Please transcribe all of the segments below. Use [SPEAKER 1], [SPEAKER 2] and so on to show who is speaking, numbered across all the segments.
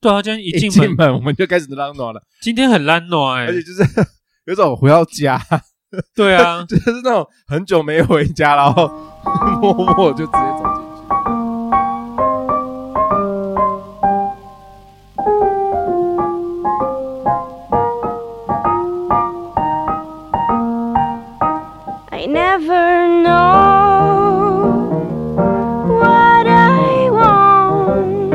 [SPEAKER 1] 对啊，今天一
[SPEAKER 2] 一
[SPEAKER 1] 进
[SPEAKER 2] 进
[SPEAKER 1] 门，
[SPEAKER 2] 门我们就开始嚷暖了，
[SPEAKER 1] 今天很烂暖哎
[SPEAKER 2] 而，且就是 有种回到家，，
[SPEAKER 1] 对啊
[SPEAKER 2] 就是那种很久没回家，然后 默默就直接走进去。
[SPEAKER 3] I never know what I want.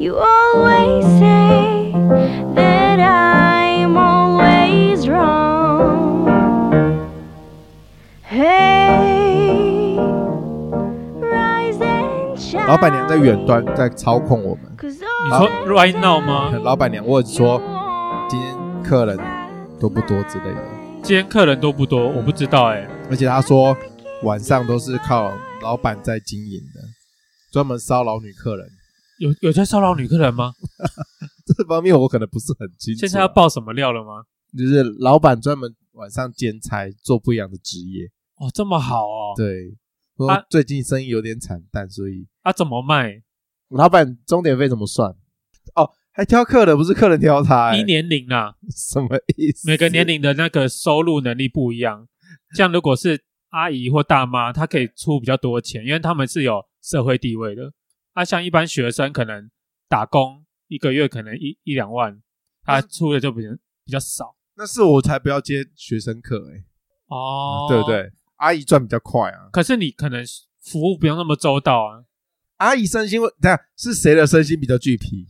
[SPEAKER 3] You always say that I'm always wrong. Hey, rise and shine.
[SPEAKER 2] 老板娘在远端在操控我们。
[SPEAKER 3] 'Cause
[SPEAKER 1] 你说
[SPEAKER 3] all
[SPEAKER 1] right now
[SPEAKER 3] 啊
[SPEAKER 1] 吗？
[SPEAKER 2] 老板娘问
[SPEAKER 3] you
[SPEAKER 2] 说
[SPEAKER 3] want
[SPEAKER 2] 今天客人多不多之类的，
[SPEAKER 1] 今天客人多不多？我不知道哎，
[SPEAKER 2] 而且她说晚上都是靠老板在经营的，专门骚扰女客人。
[SPEAKER 1] 有有在骚扰女客人吗？
[SPEAKER 2] 这方面我可能不是很清楚啊。
[SPEAKER 1] 现在要爆什么料了吗？
[SPEAKER 2] 就是老板专门晚上兼差做不一样的职业，
[SPEAKER 1] 哦，这么好哦，
[SPEAKER 2] 对，说
[SPEAKER 1] 啊
[SPEAKER 2] 最近生意有点惨淡，所以
[SPEAKER 1] 啊，怎么卖？
[SPEAKER 2] 老板钟点费怎么算？哦，还挑客人，不是客人挑他、欸，
[SPEAKER 1] 依年龄啊，
[SPEAKER 2] 什么意思？
[SPEAKER 1] 每个年龄的那个收入能力不一样。像如果是阿姨或大妈，她可以出比较多钱，因为他们是有社会地位的。啊，像一般学生可能打工一个月可能一一两万，他出的就比较比较少
[SPEAKER 2] 那是我才不要接学生课哎、
[SPEAKER 1] 哦
[SPEAKER 2] 对不？对？阿姨赚比较快啊，
[SPEAKER 1] 可是你可能服务不用那么周到啊，
[SPEAKER 2] 阿姨身心会，等一下是谁的身心比较俱疲？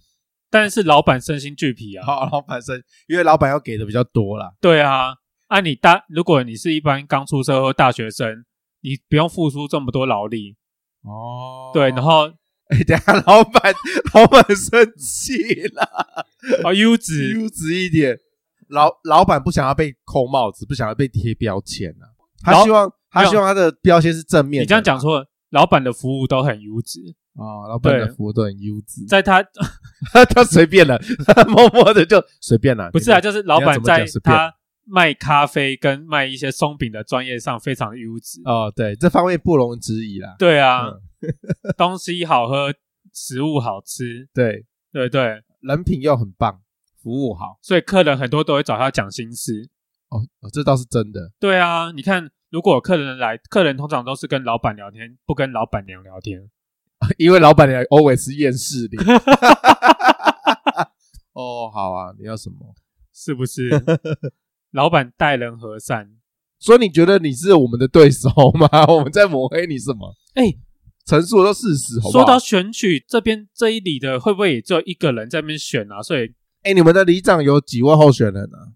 [SPEAKER 1] 但是老板身心俱疲啊。
[SPEAKER 2] 好，老板身，因为老板要给的比较多啦。
[SPEAKER 1] 对啊，啊你大，如果你是一般刚出社会或大学生，你不用付出这么多劳力，
[SPEAKER 2] 哦
[SPEAKER 1] 对，然后
[SPEAKER 2] 哎、等一下老板，老板生气了。
[SPEAKER 1] 啊优质，
[SPEAKER 2] 优质一点。老老板不想要被扣帽子，不想要被贴标签啊。他
[SPEAKER 1] 老
[SPEAKER 2] 希望他
[SPEAKER 1] 没有
[SPEAKER 2] 希望他的标签是正面的。
[SPEAKER 1] 你这样讲错了，老板的服务都很优质，
[SPEAKER 2] 哦，老板的
[SPEAKER 1] 对
[SPEAKER 2] 服务都很优质，
[SPEAKER 1] 在 他
[SPEAKER 2] 他随便了，默默的就随便了。
[SPEAKER 1] 不是啊，
[SPEAKER 2] 你
[SPEAKER 1] 就是老
[SPEAKER 2] 你要
[SPEAKER 1] 板
[SPEAKER 2] 怎么讲
[SPEAKER 1] 在
[SPEAKER 2] 随便
[SPEAKER 1] 他卖咖啡跟卖一些松饼的专业上非常优质。
[SPEAKER 2] 哦，嗯对，这方面不容置疑啦。
[SPEAKER 1] 对啊， 东西好喝，食物好吃，
[SPEAKER 2] 对，
[SPEAKER 1] 对不对，
[SPEAKER 2] 人品又很棒，服务好，
[SPEAKER 1] 所以客人很多都会找他讲心事。
[SPEAKER 2] 哦，哦这倒是真的。
[SPEAKER 1] 对啊，你看，如果有客人来，客人通常都是跟老板聊天，不跟老板娘聊天。
[SPEAKER 2] 因为老板娘 always 厌世你。 哦，好啊，你要什么？
[SPEAKER 1] 是不 是？老板待人和善。
[SPEAKER 2] 所以你觉得你是我们的对手吗？ 我们在抹黑你什么？
[SPEAKER 1] 哎、
[SPEAKER 2] 陈述都事实，好不
[SPEAKER 1] 说
[SPEAKER 2] 好？
[SPEAKER 1] 到选举这边这一里的，会不会也只有一个人在那边选啊？所以，
[SPEAKER 2] 哎、你们的里长有几位候选人啊？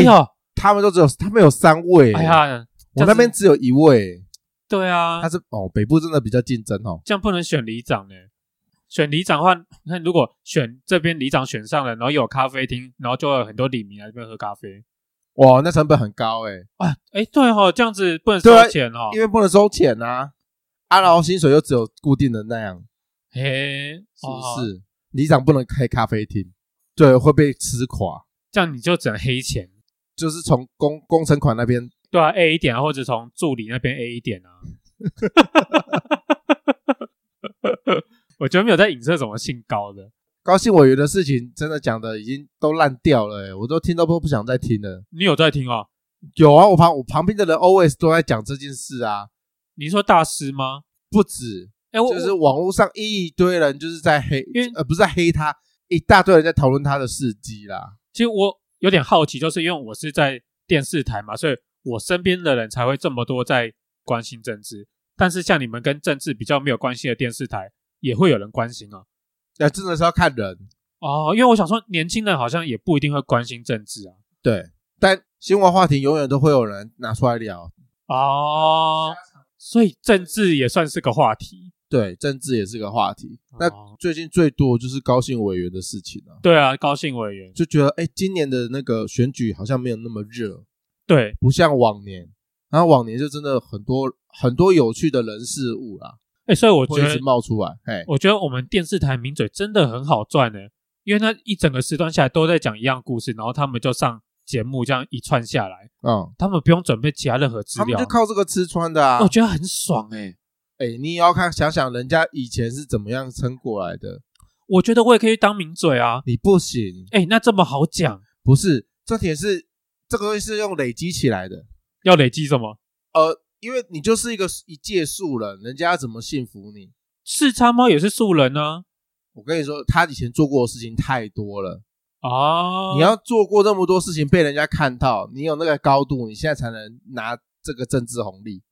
[SPEAKER 1] 哎呀，
[SPEAKER 2] 他们都只有他们有三位、
[SPEAKER 1] 哎，呀，
[SPEAKER 2] 我那边只有一位。
[SPEAKER 1] 对啊
[SPEAKER 2] 他，是哦，北部真的比较竞争哦。
[SPEAKER 1] 这样不能选里长呢。选里长的话，你看如果选这边里长选上了，然后有咖啡厅，然后就会有很多里民来这边喝咖啡。
[SPEAKER 2] 哇，那成本很高哎，
[SPEAKER 1] 啊，哎，对哦，这样子不能
[SPEAKER 2] 对啊
[SPEAKER 1] 收钱哦。
[SPEAKER 2] 因为不能收钱啊。啊，然后薪水又只有固定的那样，
[SPEAKER 1] 嘿，
[SPEAKER 2] 是
[SPEAKER 1] 哦
[SPEAKER 2] 不是？里长不能开咖啡厅，对，会被吃垮。
[SPEAKER 1] 这样你就只能黑钱，
[SPEAKER 2] 就是从工工程款那边，
[SPEAKER 1] 对啊，A 一点啊，或者从助理那边 A 一点啊。 我觉得没有在影射什么性高的，
[SPEAKER 2] 高兴委员的事情真的讲的已经都烂掉了欸，我都听都不不想再听了。
[SPEAKER 1] 你有在听哦？
[SPEAKER 2] 有啊，我旁我旁边的人 always 都在讲这件事啊，
[SPEAKER 1] 你说大师吗？
[SPEAKER 2] 不止，
[SPEAKER 1] 哎，我
[SPEAKER 2] 就是网络上一堆人就是在黑
[SPEAKER 1] 因为，
[SPEAKER 2] 呃，不是在黑他，一大堆人在讨论他的事迹啦。
[SPEAKER 1] 其实我有点好奇，就是因为我是在电视台嘛，所以我身边的人才会这么多在关心政治。但是像你们跟政治比较没有关系的电视台，也会有人关心啊。
[SPEAKER 2] 那、呃真的是要看人，
[SPEAKER 1] 哦，因为我想说，年轻人好像也不一定会关心政治啊。
[SPEAKER 2] 对。但新闻话题永远都会有人拿出来聊，
[SPEAKER 1] 哦，所以政治也算是个话题。
[SPEAKER 2] 对，政治也是个话题。那
[SPEAKER 1] 哦
[SPEAKER 2] 最近最多就是高兴委员的事情啊，
[SPEAKER 1] 对啊，高兴委员，
[SPEAKER 2] 就觉得哎、诶今年的那个选举好像没有那么热，
[SPEAKER 1] 对，
[SPEAKER 2] 不像往年。然后往年就真的很多很多有趣的人事物啦，
[SPEAKER 1] 哎，所以我
[SPEAKER 2] 会
[SPEAKER 1] 觉
[SPEAKER 2] 一
[SPEAKER 1] 得
[SPEAKER 2] 直，冒出来。嘿，
[SPEAKER 1] 我觉得我们电视台名嘴真的很好赚呢，欸因为那一整个时段下来都在讲一样故事，然后他们就上节目这样一串下来。
[SPEAKER 2] 嗯，
[SPEAKER 1] 他们不用准备其他任何资
[SPEAKER 2] 他们
[SPEAKER 1] 料哦
[SPEAKER 2] 就，靠这个吃穿的啊。
[SPEAKER 1] 我觉得很爽哎、
[SPEAKER 2] 哎、你也要看想想人家以前是怎么样撑过来的。
[SPEAKER 1] 我觉得我也可以当名嘴啊。
[SPEAKER 2] 你不行，
[SPEAKER 1] 哎，那这么好讲，
[SPEAKER 2] 不是，这点是这个东西是用累积起来的，
[SPEAKER 1] 要累积什么？
[SPEAKER 2] 呃，因为你就是一个一介素人，人家怎么信服你？
[SPEAKER 1] 四叉猫也是素人啊呢、
[SPEAKER 2] 我跟你说，他以前做过的事情太多了，
[SPEAKER 1] 啊。哦，
[SPEAKER 2] 你要做过这么多事情被人家看到，你有那个高度，你现在才能拿这个政治红利。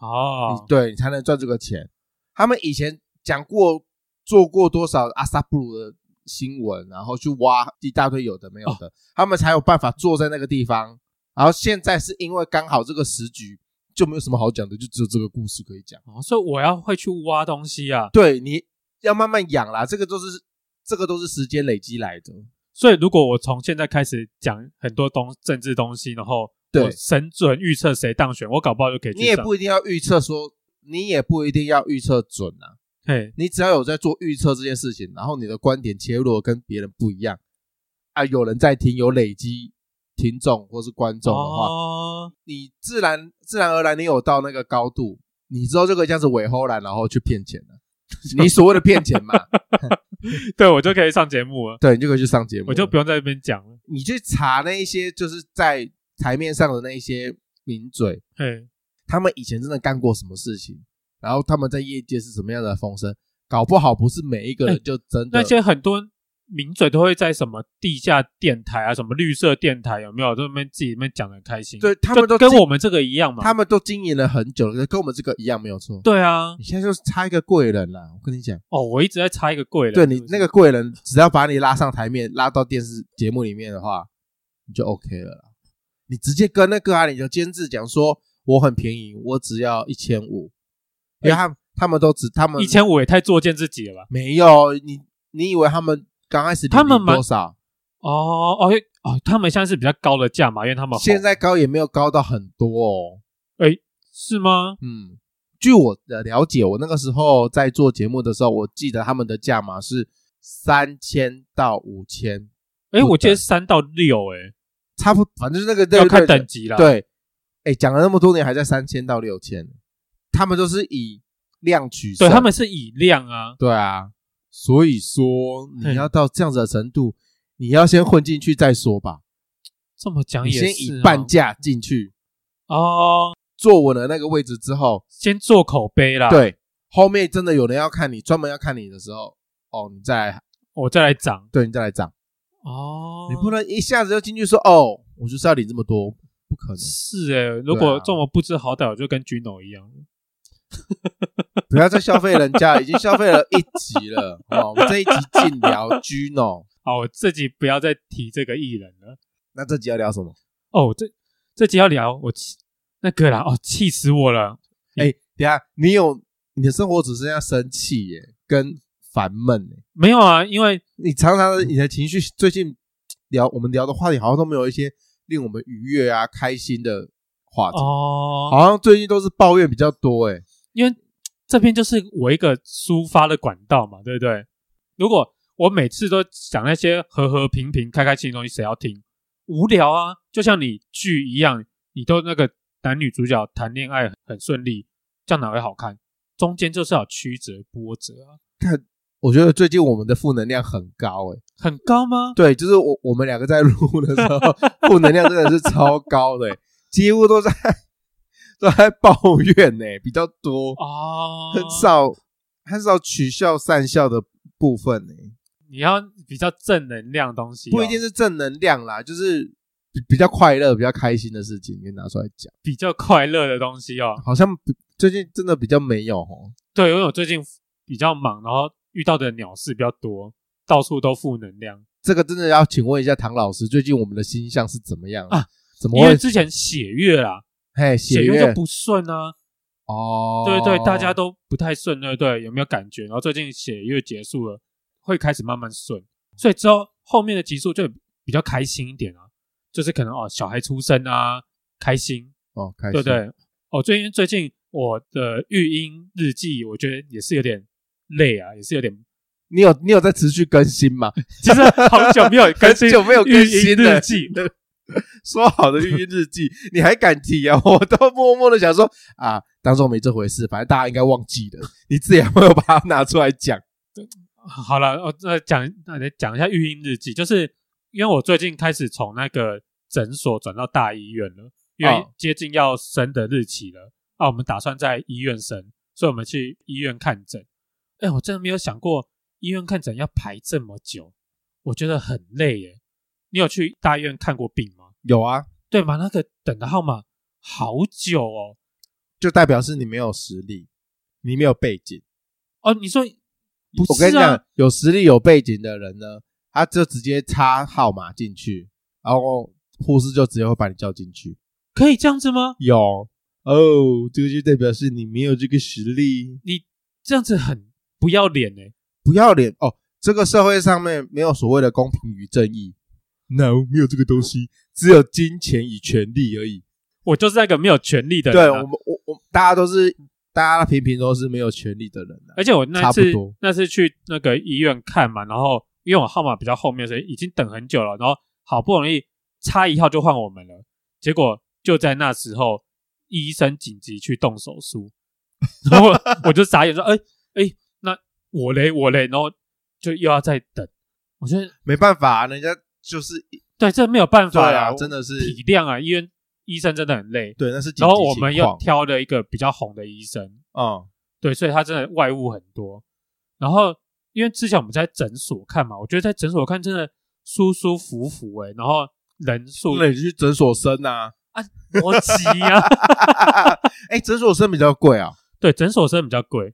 [SPEAKER 2] 你
[SPEAKER 1] 哦，
[SPEAKER 2] 对你才能赚这个钱。他们以前讲过做过多少阿萨布鲁的新闻，然后去挖一大堆有的没有的，他们才有办法坐在那个地方。然后现在是因为刚好这个时局，就没有什么好讲的，就只有这个故事可以讲。
[SPEAKER 1] 哦，所以我要会去挖东西啊。
[SPEAKER 2] 对，你要慢慢养啦，这个都是这个都是时间累积来的。
[SPEAKER 1] 所以如果我从现在开始讲很多东政治东西，然后
[SPEAKER 2] 对
[SPEAKER 1] 我神准预测谁当选，我搞不好就可以去
[SPEAKER 2] 你也
[SPEAKER 1] 上
[SPEAKER 2] 不一定要预测说，你也不一定要预测准啊。
[SPEAKER 1] 嘿，
[SPEAKER 2] 你只要有在做预测这件事情，然后你的观点切入跟别人不一样，啊，有人在听，有累积听众或是观众的话，
[SPEAKER 1] 哦，
[SPEAKER 2] 你自然自然而然你有到那个高度，你之后就可以这样子尾后来，然后去骗钱了。你所谓的骗 钱嘛，
[SPEAKER 1] 对我就可以上节目了，
[SPEAKER 2] 对你就可以去上节目了，
[SPEAKER 1] 我就不用在那边讲了。
[SPEAKER 2] 你去查那一些就是在台面上的那一些名嘴，
[SPEAKER 1] 嘿，
[SPEAKER 2] 他们以前真的干过什么事情，然后他们在业界是什么样的风声，搞不好不是每一个
[SPEAKER 1] 哎
[SPEAKER 2] 人就真
[SPEAKER 1] 那
[SPEAKER 2] 的、
[SPEAKER 1] 些很多名嘴都会在什么地下电台啊，什么绿色电台有没有？在那边自己那边讲的开心，
[SPEAKER 2] 对他
[SPEAKER 1] 就
[SPEAKER 2] 们都
[SPEAKER 1] 跟
[SPEAKER 2] 自己
[SPEAKER 1] 我们这个一样嘛。
[SPEAKER 2] 他们都经营了很久了，跟我们这个一样没有错。
[SPEAKER 1] 对啊，
[SPEAKER 2] 你现在就是差一个贵人啦，我跟你讲，
[SPEAKER 1] 哦，我一直在插一个贵人，
[SPEAKER 2] 对
[SPEAKER 1] 是
[SPEAKER 2] 你
[SPEAKER 1] 啊不是
[SPEAKER 2] 那个贵人，只要把你拉上台面，拉到电视节目里面的话，你就 OK 了啦。你直接跟那个啊，你的监制讲说，我很便宜，我只要一千五，
[SPEAKER 1] 哎
[SPEAKER 2] 因为他们他们都只他们
[SPEAKER 1] 以前我也太作践自己了吧？
[SPEAKER 2] 没有你，你以为他们刚开始
[SPEAKER 1] 他们
[SPEAKER 2] 领
[SPEAKER 1] 蛮
[SPEAKER 2] 多少？
[SPEAKER 1] 哦哦因为哦，他们现在是比较高的价嘛，因为他们红
[SPEAKER 2] 现在高也没有高到很多哦。
[SPEAKER 1] 是吗？
[SPEAKER 2] 嗯，据我的了解，我那个时候在做节目的时候，我记得他们的价码是三千到五千，
[SPEAKER 1] 诶，
[SPEAKER 2] 不
[SPEAKER 1] 哎我记得
[SPEAKER 2] 等
[SPEAKER 1] 三到六，诶，
[SPEAKER 2] 差不多，反正就是那个
[SPEAKER 1] 要看
[SPEAKER 2] 对
[SPEAKER 1] 等级啦。，啊
[SPEAKER 2] 对，哎，讲了那么多年，还在三千到六千，他们都是以量取胜，
[SPEAKER 1] 对，他们是以量啊，
[SPEAKER 2] 对啊，所以说
[SPEAKER 1] 嘿
[SPEAKER 2] 你要到这样子的程度，你要先混进去再说吧，
[SPEAKER 1] 这么讲
[SPEAKER 2] 你
[SPEAKER 1] 也是、啊
[SPEAKER 2] 先以半价进去，
[SPEAKER 1] 哦，
[SPEAKER 2] 坐稳了那个位置之后，
[SPEAKER 1] 先做口碑啦。，
[SPEAKER 2] 对，后面真的有人要看你，专门要看你的时候，哦，你再来，
[SPEAKER 1] 我再来涨
[SPEAKER 2] 对你再来涨。
[SPEAKER 1] 哦。
[SPEAKER 2] 你不能一下子就进去说哦，我就是要领这么多，不可 能，
[SPEAKER 1] 是诶，如果
[SPEAKER 2] 对啊
[SPEAKER 1] 这么不知好歹，我就跟 Gino 一样。
[SPEAKER 2] 不要再消费人家，已经消费了一集了哦。我们这一集尽聊 Gino，
[SPEAKER 1] 好，我自己不要再提这个艺人了。
[SPEAKER 2] 那这集要聊什么？
[SPEAKER 1] 哦，这这集要聊我气那个啦，哦，气死我了。
[SPEAKER 2] 哎、等一下你有你的生活只剩下生气耶，跟烦闷耶。
[SPEAKER 1] 没有啊，因为
[SPEAKER 2] 你常常你的情绪最近聊我们聊的话题好像都没有一些令我们愉悦啊、开心的话题，
[SPEAKER 1] 哦，
[SPEAKER 2] 好像最近都是抱怨比较多哎。
[SPEAKER 1] 因为这边就是我一个抒发的管道嘛，对不对？如果我每次都讲那些和和平平、开开心心的东西，谁要听？无聊啊！就像你剧一样，你都那个男女主角谈恋爱很顺利，这样哪会好看？中间就是要有曲折波折啊，
[SPEAKER 2] 我觉得最近我们的负能量很高哎。
[SPEAKER 1] 很高吗？
[SPEAKER 2] 对，就是我我们两个在录的时候，负能量真的是超高的欸、几乎都在都在抱怨呢、比较多，
[SPEAKER 1] 哦，
[SPEAKER 2] 很。少很少取笑善笑的部分呢、
[SPEAKER 1] 你要比较正能量的东西哦、
[SPEAKER 2] 不一定是正能量啦，就是比比较快乐、比较开心的事情，可以拿出来讲。
[SPEAKER 1] 比较快乐的东西哦。
[SPEAKER 2] 好像比最近真的比较没有哦，
[SPEAKER 1] 对，因为我最近比较忙，然后遇到的鸟事比较多，到处都负能量。
[SPEAKER 2] 这个真的要请问一下唐老师，最近我们的星象是怎么样
[SPEAKER 1] 啊？
[SPEAKER 2] 怎么
[SPEAKER 1] 因为
[SPEAKER 2] 会？
[SPEAKER 1] 之前血月啦，
[SPEAKER 2] 嘿，
[SPEAKER 1] 血
[SPEAKER 2] 血
[SPEAKER 1] 月
[SPEAKER 2] 月
[SPEAKER 1] 就不顺啊，
[SPEAKER 2] 哦，
[SPEAKER 1] 对对，大家都不太顺，对对，有没有感觉？然后最近血月结束了，会开始慢慢顺，所以之后后面的集数就比较开心一点啊，就是可能哦，小孩出生啊，开心，
[SPEAKER 2] 哦，开
[SPEAKER 1] 对
[SPEAKER 2] 心
[SPEAKER 1] 不对？哦，最近最近我的育婴日记，我觉得也是有点累啊，也是有点，
[SPEAKER 2] 你有你有在持续更新吗？
[SPEAKER 1] 其实好久没 有 更新
[SPEAKER 2] 很久没有更
[SPEAKER 1] 育
[SPEAKER 2] 新
[SPEAKER 1] 婴日
[SPEAKER 2] 了
[SPEAKER 1] 记，
[SPEAKER 2] 说好的育婴日记，你还敢提啊？ 我都默默的想说啊，当中没这回事，反正大家应该忘记了，你自己还没有把它拿出来讲。
[SPEAKER 1] 好了，我再讲呃讲一下育婴日记，就是因为我最近开始从那个诊所转到大医院了，因为
[SPEAKER 2] 哦
[SPEAKER 1] 接近要生的日期了，啊，我们打算在医院生，所以我们去医院看诊。哎，我真的没有想过医院看诊要排这么久，我觉得很累耶。你有去大医院看过病吗？
[SPEAKER 2] 有啊，
[SPEAKER 1] 对吗？那个等的号码好久哦。
[SPEAKER 2] 就代表是你没有实力，你没有背景。
[SPEAKER 1] 哦，你说不是、啊？
[SPEAKER 2] 我跟你讲，有实力有背景的人呢，他就直接插号码进去，然后护士就直接会把你叫进去。
[SPEAKER 1] 可以这样子吗？
[SPEAKER 2] 有哦，这个就代表是你没有这个实力，
[SPEAKER 1] 你这样子很不要脸呢、
[SPEAKER 2] 不要脸哦。这个社会上面没有所谓的公平与正义，no，没有这个东西，只有金钱与权力而已。
[SPEAKER 1] 我就是那个没有权利的
[SPEAKER 2] 对
[SPEAKER 1] 人、
[SPEAKER 2] 我
[SPEAKER 1] 啊。
[SPEAKER 2] 们，我我大家都是，大家平平都是没有权利的人、啊。
[SPEAKER 1] 而且我那次
[SPEAKER 2] 差不多
[SPEAKER 1] 那次去那个医院看嘛，然后因为我号码比较后面，所以已经等很久了，然后好不容易差一号就换我们了，结果就在那时候医生紧急去动手 术，然后我我就傻眼说：“哎、哎、那我嘞我嘞。”然后就又要再等，我觉得
[SPEAKER 2] 没办法、啊人家就是
[SPEAKER 1] 对这没有办
[SPEAKER 2] 对
[SPEAKER 1] 法
[SPEAKER 2] 啊，
[SPEAKER 1] 我
[SPEAKER 2] 真的是
[SPEAKER 1] 体谅啊，医院医生真的很累。
[SPEAKER 2] 对，那是紧急
[SPEAKER 1] 然后我们
[SPEAKER 2] 情
[SPEAKER 1] 又
[SPEAKER 2] 况
[SPEAKER 1] 挑了一个比较红的医生，
[SPEAKER 2] 嗯，
[SPEAKER 1] 对，所以他真的外物很多。然后因为之前我们在诊所看嘛，我觉得在诊所看真的舒舒服服诶、然后人数
[SPEAKER 2] 那你就去诊所生啊。
[SPEAKER 1] 多挤啊，
[SPEAKER 2] 哎、诊所生比较贵啊，哦
[SPEAKER 1] 对，诊所生比较贵，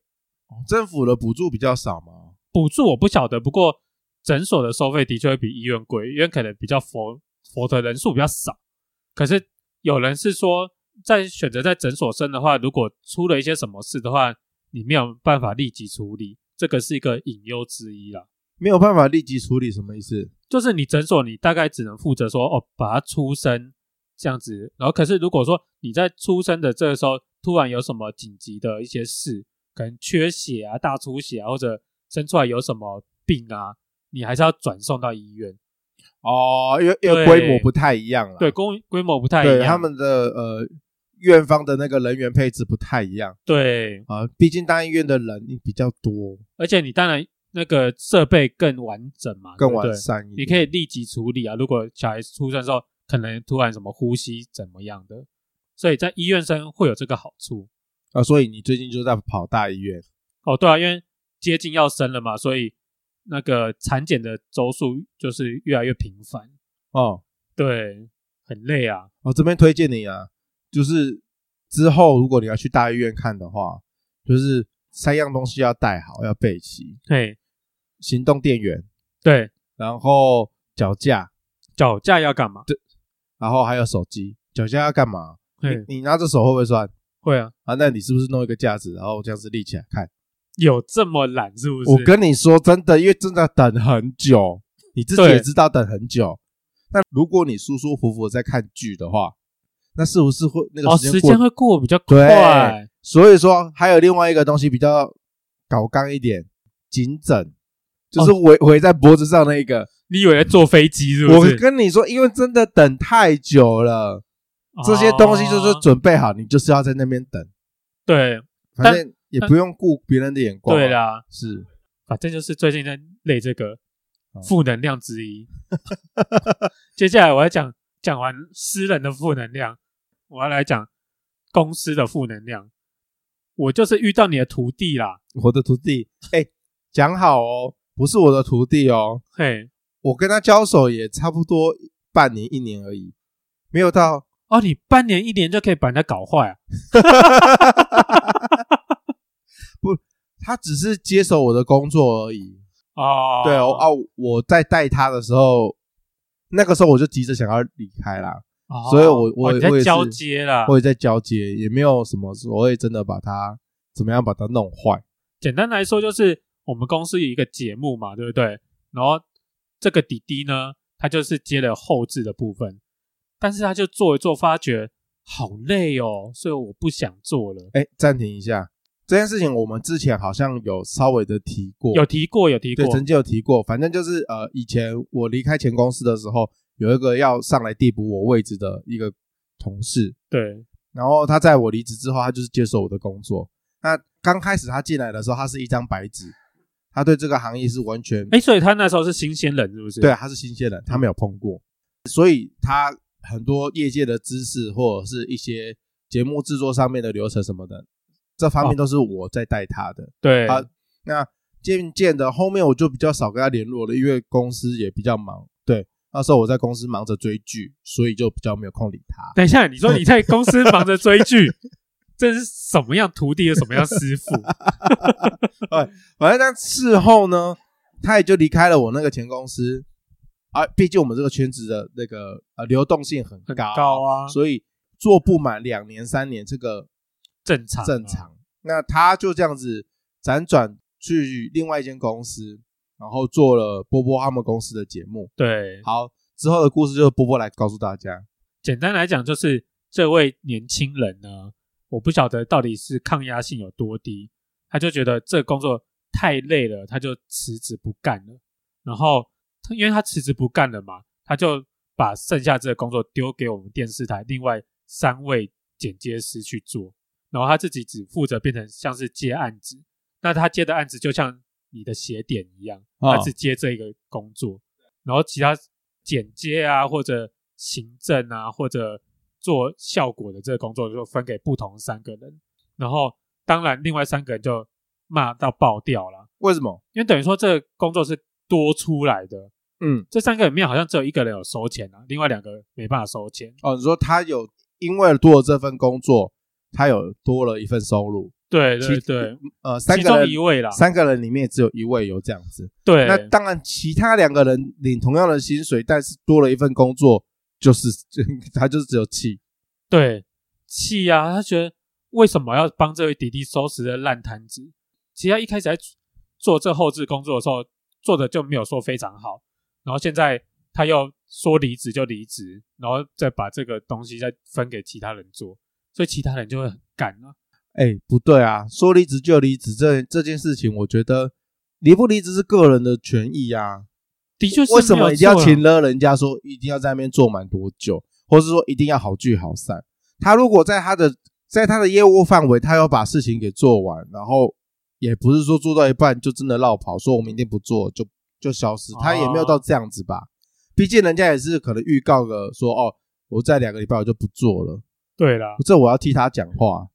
[SPEAKER 2] 政府的补助比较少嘛。
[SPEAKER 1] 补助我不晓得，不过诊所的收费的确会比医院贵，因为可能比较佛佛的人数比较少。可是有人是说，在选择在诊所生的话，如果出了一些什么事的话，你没有办法立即处理，这个是一个隐忧之一啦。
[SPEAKER 2] 没有办法立即处理，什么意思？
[SPEAKER 1] 就是你诊所你大概只能负责说哦，把它出生这样子，然后可是如果说你在出生的这个时候突然有什么紧急的一些事，可能缺血啊、大出血啊，或者生出来有什么病啊，你还是要转送到医院。
[SPEAKER 2] 哦，因为因
[SPEAKER 1] 对
[SPEAKER 2] 为规模不太一样了，啊
[SPEAKER 1] 对，规规模不太一
[SPEAKER 2] 对，
[SPEAKER 1] 样，
[SPEAKER 2] 他们的呃院方的那个人员配置不太一样
[SPEAKER 1] 对，
[SPEAKER 2] 啊，毕竟大医院的人比较多，
[SPEAKER 1] 而且你当然那个设备更完整嘛，
[SPEAKER 2] 更
[SPEAKER 1] 对不对
[SPEAKER 2] 完善一点。
[SPEAKER 1] 你可以立即处理啊。如果小孩出生的时候可能突然什么呼吸怎么样的，所以在医院生会有这个好处。
[SPEAKER 2] 啊，所以你最近就在跑大医院，
[SPEAKER 1] 哦，对啊，因为接近要生了嘛，所以那个产检的周数就是越来越频繁，
[SPEAKER 2] 哦，
[SPEAKER 1] 对，很累啊。
[SPEAKER 2] 我这边推荐你啊，就是之后如果你要去大医院看的话，就是三样东西要带好，要备齐：
[SPEAKER 1] 嘿，
[SPEAKER 2] 行动电源，
[SPEAKER 1] 对，
[SPEAKER 2] 然后脚架，
[SPEAKER 1] 脚架要干嘛？
[SPEAKER 2] 然后还有手机。脚架要干嘛？
[SPEAKER 1] 对，
[SPEAKER 2] 你拿着手会不会酸
[SPEAKER 1] 会啊，
[SPEAKER 2] 啊？那你是不是弄一个架子，然后这样子立起来看？
[SPEAKER 1] 有这么懒是不是？
[SPEAKER 2] 我跟你说真的，因为真的等很久，你自己
[SPEAKER 1] 对
[SPEAKER 2] 也知道等很久。那如果你舒舒服服地在看剧的话，那是不是会那
[SPEAKER 1] 哦，
[SPEAKER 2] 个
[SPEAKER 1] 时
[SPEAKER 2] 时间过
[SPEAKER 1] 间会过比较
[SPEAKER 2] 对
[SPEAKER 1] 快，
[SPEAKER 2] 所以说，还有另外一个东西比较搞刚一点，颈枕，就是围围在脖子上那一个。
[SPEAKER 1] 你以为在坐飞机哦是不
[SPEAKER 2] 我
[SPEAKER 1] 是？
[SPEAKER 2] 跟你说，因为真的等太久了，这些东西就是
[SPEAKER 1] 哦
[SPEAKER 2] 准备好，你就是要在那边等，
[SPEAKER 1] 对
[SPEAKER 2] 反正也不用顾别人的眼光。
[SPEAKER 1] 对，啦，
[SPEAKER 2] 是
[SPEAKER 1] 反正啊就是最近在累这个
[SPEAKER 2] 哦
[SPEAKER 1] 负能量之一。 接下来我要讲讲完私人的负能量，我要来讲公司的负能量。我就是遇到你的徒弟啦，
[SPEAKER 2] 我的徒弟。哎，讲好哦，不是我的徒弟哦，
[SPEAKER 1] 嘿，
[SPEAKER 2] 我跟他交手也差不多半年一年而已，没有到。
[SPEAKER 1] 哦，你半年一年就可以把人家搞坏啊？
[SPEAKER 2] 不，他只是接手我的工作而已。
[SPEAKER 1] 哦，
[SPEAKER 2] 对哦，啊，我在带他的时候，那个时候我就急着想要离开啦，
[SPEAKER 1] 哦
[SPEAKER 2] 所以我我
[SPEAKER 1] 哦你在
[SPEAKER 2] 我也是
[SPEAKER 1] 交接啦。
[SPEAKER 2] 我也在交接，也没有什么所谓真的把他怎么样把他弄坏。
[SPEAKER 1] 简单来说，就是我们公司有一个节目嘛，对不对？然后这个弟弟呢，他就是接了后置的部分，但是他就做一做，发觉好累哦，所以我不想做了。
[SPEAKER 2] 哎，暂停一下，这件事情我们之前好像有稍微的提过，
[SPEAKER 1] 有提过，有提过
[SPEAKER 2] 对，，曾经有提过，反正就是呃，以前我离开前公司的时候，有一个要上来递补我位置的一个同事，
[SPEAKER 1] 对，
[SPEAKER 2] 然后他在我离职之后，他就是接手我的工作。那刚开始他进来的时候，他是一张白纸，他对这个行业是完全
[SPEAKER 1] 哎，所以他那时候是新鲜人，是不是？
[SPEAKER 2] 对，啊他是新鲜人，他没有碰过，所以他很多业界的知识或者是一些节目制作上面的流程什么的，这方面都是我在带他的。
[SPEAKER 1] 对，
[SPEAKER 2] 好那渐渐的后面我就比较少跟他联络了，因为公司也比较忙。对，那时候我在公司忙着追剧，所以就比较没有空理他。
[SPEAKER 1] 等一下，你说你在公司忙着追 剧，这是什么样徒弟，有什么样师傅？
[SPEAKER 2] 反正但事后呢，他也就离开了我那个前公司。啊，毕竟我们这个圈子的那个呃流动性很
[SPEAKER 1] 很
[SPEAKER 2] 高，
[SPEAKER 1] 高啊
[SPEAKER 2] 所以做不满两年三年这个
[SPEAKER 1] 正常，啊
[SPEAKER 2] 正。常。那他就这样子辗转去另外一间公司，然后做了波波他们公司的节目。
[SPEAKER 1] 对，
[SPEAKER 2] 好，之后的故事就是波波来告诉大家。
[SPEAKER 1] 简单来讲，就是这位年轻人呢，我不晓得到底是抗压性有多低，他就觉得这工作太累了，他就辞职不干了。然后他因为他辞职不干了嘛，他就把剩下这个工作丢给我们电视台另外三位剪接师去做，然后他自己只负责变成像是接案子。那他接的案子就像你的写点一样，
[SPEAKER 2] 哦
[SPEAKER 1] 他只接这个工作，然后其他剪接啊或者行政啊或者做效果的这个工作就分给不同三个人，然后当然另外三个人就骂到爆掉了。
[SPEAKER 2] 为什么？
[SPEAKER 1] 因为等于说这个工作是多出来的，
[SPEAKER 2] 嗯，
[SPEAKER 1] 这三个里面好像只有一个人有收钱啊，另外两个没办法收钱。
[SPEAKER 2] 哦，你说他有因为多了这份工作，他有多了一份收入。
[SPEAKER 1] 对对
[SPEAKER 2] 其
[SPEAKER 1] 对，
[SPEAKER 2] 呃，三
[SPEAKER 1] 其
[SPEAKER 2] 个
[SPEAKER 1] 中
[SPEAKER 2] 人
[SPEAKER 1] 一位啦，
[SPEAKER 2] 三个人里面只有一位有这样子。
[SPEAKER 1] 啊对
[SPEAKER 2] 那当然，其他两个人领同样的薪水，但是多了一份工作，就是 他就是只有气。
[SPEAKER 1] 对气啊，他觉得为什么要帮这位弟弟收拾这烂摊子？其实他一开始在做这后置工作的时候，做的就没有说非常好，然后现在他又说离职就离职，然后再把这个东西再分给其他人做，所以其他人就会很干啊。
[SPEAKER 2] 哎，不对啊，说离职就离职，这这件事情，我觉得离不离职是个人的权益啊。
[SPEAKER 1] 的确是
[SPEAKER 2] 为什
[SPEAKER 1] 没有
[SPEAKER 2] 么一定要
[SPEAKER 1] 错啊
[SPEAKER 2] 请了人家说一定要在那边坐满多久，或是说一定要好聚好散？他如果在他的在他的业务范围，他要把事情给做完，然后也不是说做到一半就真的绕跑，说我明天不做就就消
[SPEAKER 1] 哦
[SPEAKER 2] 失，他也没有到这样子吧？毕竟人家也是可能预告个说哦，我在两个礼拜我就不做了，
[SPEAKER 1] 对啦，
[SPEAKER 2] 这我要替他讲话。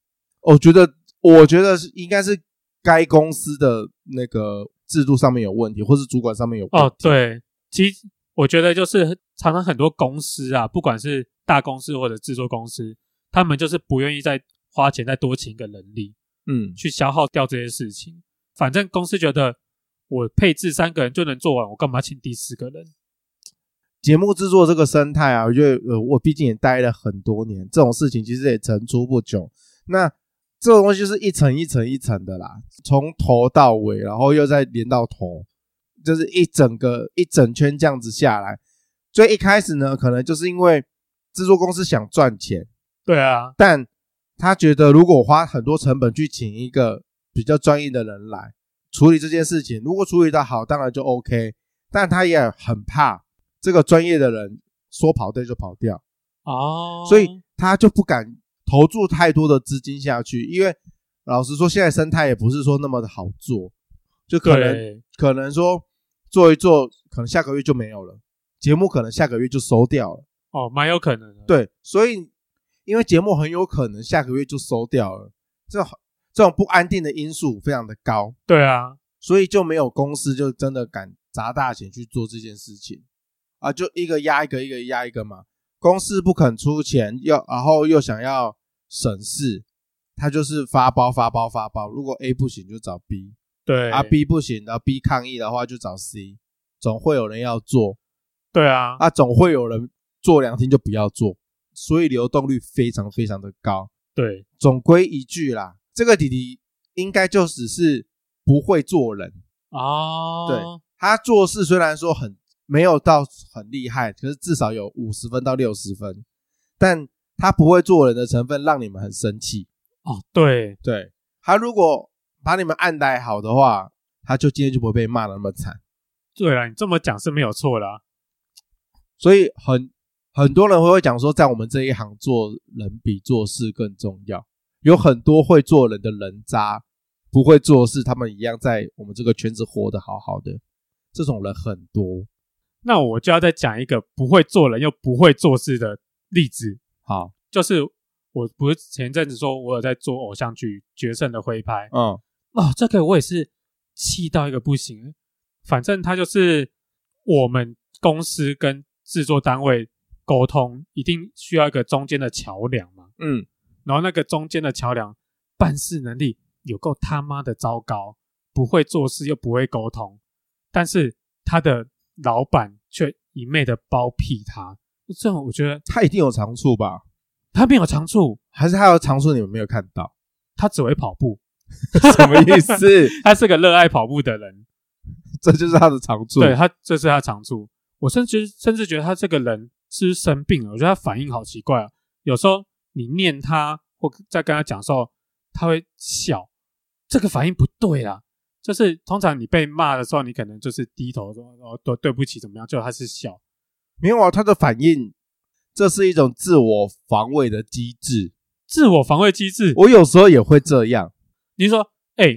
[SPEAKER 2] 我觉得，我觉得是应该是该公司的那个制度上面有问题，或是主管上面有问题
[SPEAKER 1] 哦，对，其实我觉得就是常常很多公司啊，不管是大公司或者制作公司，他们就是不愿意再花钱再多请一个人力
[SPEAKER 2] 嗯，
[SPEAKER 1] 去消耗掉这些事情。反正公司觉得我配置三个人就能做完，我干嘛请第四个人？
[SPEAKER 2] 节目制作这个生态啊，我觉得呃，我毕竟也待了很多年，这种事情其实也层出不穷。那这种东西就是一层一层一层的啦，从头到尾，然后又再连到头，就是一整个一整圈这样子下来。最一开始呢，可能就是因为制作公司想赚钱，
[SPEAKER 1] 对啊，
[SPEAKER 2] 但他觉得如果我花很多成本去请一个比较专业的人来处理这件事情，如果处理得好，当然就 OK。但他也很怕这个专业的人说跑掉就跑掉，
[SPEAKER 1] 哦，
[SPEAKER 2] 所以他就不敢投注太多的资金下去，因为老实说，现在生态也不是说那么的好做，就可能
[SPEAKER 1] 对
[SPEAKER 2] 可能说做一做，可能下个月就没有了，节目可能下个月就收掉了。
[SPEAKER 1] 哦，蛮有可能的。
[SPEAKER 2] 对，所以因为节目很有可能下个月就收掉了，这种这种不安定的因素非常的高，
[SPEAKER 1] 对啊，
[SPEAKER 2] 所以就没有公司就真的敢砸大钱去做这件事情啊，就一个压一个，一个压一个嘛。公司不肯出钱，要然后又想要省事，他就是发包发包发包。如果 A 不行就找 B，
[SPEAKER 1] 对
[SPEAKER 2] 啊 B 不行，然后 B 抗议的话就找 C，总会有人要做。
[SPEAKER 1] 对啊，
[SPEAKER 2] 啊，总会有人做两天就不要做，所以流动率非常非常的高。
[SPEAKER 1] 对
[SPEAKER 2] 总归一句啦，这个弟弟应该就只是不会做人。
[SPEAKER 1] 哦，
[SPEAKER 2] 对他做事虽然说很没有到很厉害，可是至少有五十分到六十分，但他不会做人的成分让你们很生气。
[SPEAKER 1] 哦，对，
[SPEAKER 2] 对他如果把你们按待好的话，他就今天就不会被骂的那么惨。
[SPEAKER 1] 对啊，你这么讲是没有错啦。
[SPEAKER 2] 所以很很多人会讲说，在我们这一行做人比做事更重要。有很多会做人的人渣，不会做事，他们一样在我们这个圈子活得好好的，这种人很多。
[SPEAKER 1] 那我就要再讲一个不会做人又不会做事的例子，
[SPEAKER 2] 好，
[SPEAKER 1] 就是我不是前阵子说我有在做偶像剧《决胜的挥拍》
[SPEAKER 2] 嗯，
[SPEAKER 1] 哦，这个我也是气到一个不行。反正他就是我们公司跟制作单位沟通，一定需要一个中间的桥梁嘛。
[SPEAKER 2] 嗯，
[SPEAKER 1] 然后那个中间的桥梁办事能力有够他妈的糟糕，不会做事又不会沟通，但是他的老板却一昧的包庇他，这种我觉得
[SPEAKER 2] 他一定有长处吧？
[SPEAKER 1] 他没有长处，
[SPEAKER 2] 还是他有长处你们没有看 到？
[SPEAKER 1] 他只会跑步，
[SPEAKER 2] 什么意思？
[SPEAKER 1] 他是个热爱跑步的人，
[SPEAKER 2] 这就是他的长处。
[SPEAKER 1] 对他这是他的长处。我甚至甚至觉得他这个人是不是生病了，我觉得他反应好奇怪啊。有时候你念他或在跟他讲的时候，他会笑，这个反应不对啦。就是通常你被骂的时候，你可能就是低头说哦对对不起怎么样，就他是笑。
[SPEAKER 2] 没有啊，他的反应，这是一种自我防卫的机制。
[SPEAKER 1] 自我防卫机制，
[SPEAKER 2] 我有时候也会这样，
[SPEAKER 1] 你就说哎、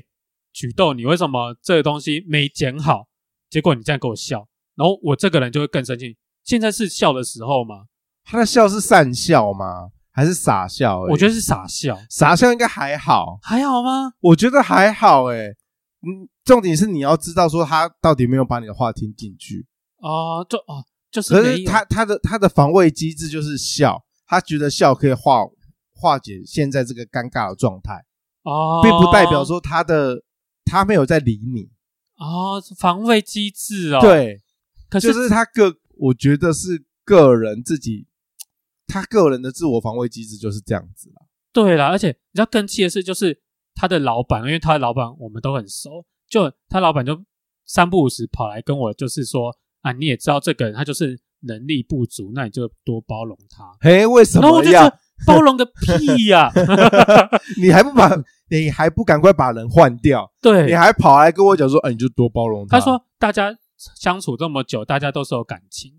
[SPEAKER 1] 举豆，你为什么这个东西没剪好？结果你这样给我笑，然后我这个人就会更生气。现在是笑的时候吗？
[SPEAKER 2] 他的笑是善笑吗？还是傻笑而已？
[SPEAKER 1] 我觉得是傻笑，
[SPEAKER 2] 傻笑应该还好，
[SPEAKER 1] 还好吗？
[SPEAKER 2] 我觉得还好诶、嗯，重点是你要知道说他到底有没有把你的话听进去。
[SPEAKER 1] 哦，就哦，就是
[SPEAKER 2] 可
[SPEAKER 1] 没
[SPEAKER 2] 是
[SPEAKER 1] 有
[SPEAKER 2] 他他的他的防卫机制就是笑，他觉得笑可以化化解现在这个尴尬的状态，
[SPEAKER 1] 哦，
[SPEAKER 2] 并不代表说他的他没有在理你。
[SPEAKER 1] 哦防卫机制哦，，
[SPEAKER 2] 对，
[SPEAKER 1] 可是、
[SPEAKER 2] 就是他个，我觉得是个人自己，他个人的自我防卫机制就是这样子啦。
[SPEAKER 1] 对啦，而且你知道更气的是，就是他的老板，因为他的老板我们都很熟，就他老板就三不五时跑来跟我，就是说啊，你也知道这个人他就是能力不足，那你就多包容他。
[SPEAKER 2] 嘿，为什
[SPEAKER 1] 然后我
[SPEAKER 2] 么
[SPEAKER 1] 就觉
[SPEAKER 2] 呀
[SPEAKER 1] 得？包容个屁呀、
[SPEAKER 2] 你还不把，你还不赶快把人换掉？你
[SPEAKER 1] 对，
[SPEAKER 2] 还跑来跟我讲说，哎，你就多包容
[SPEAKER 1] 他说大家相处这么久，大家都是有感情，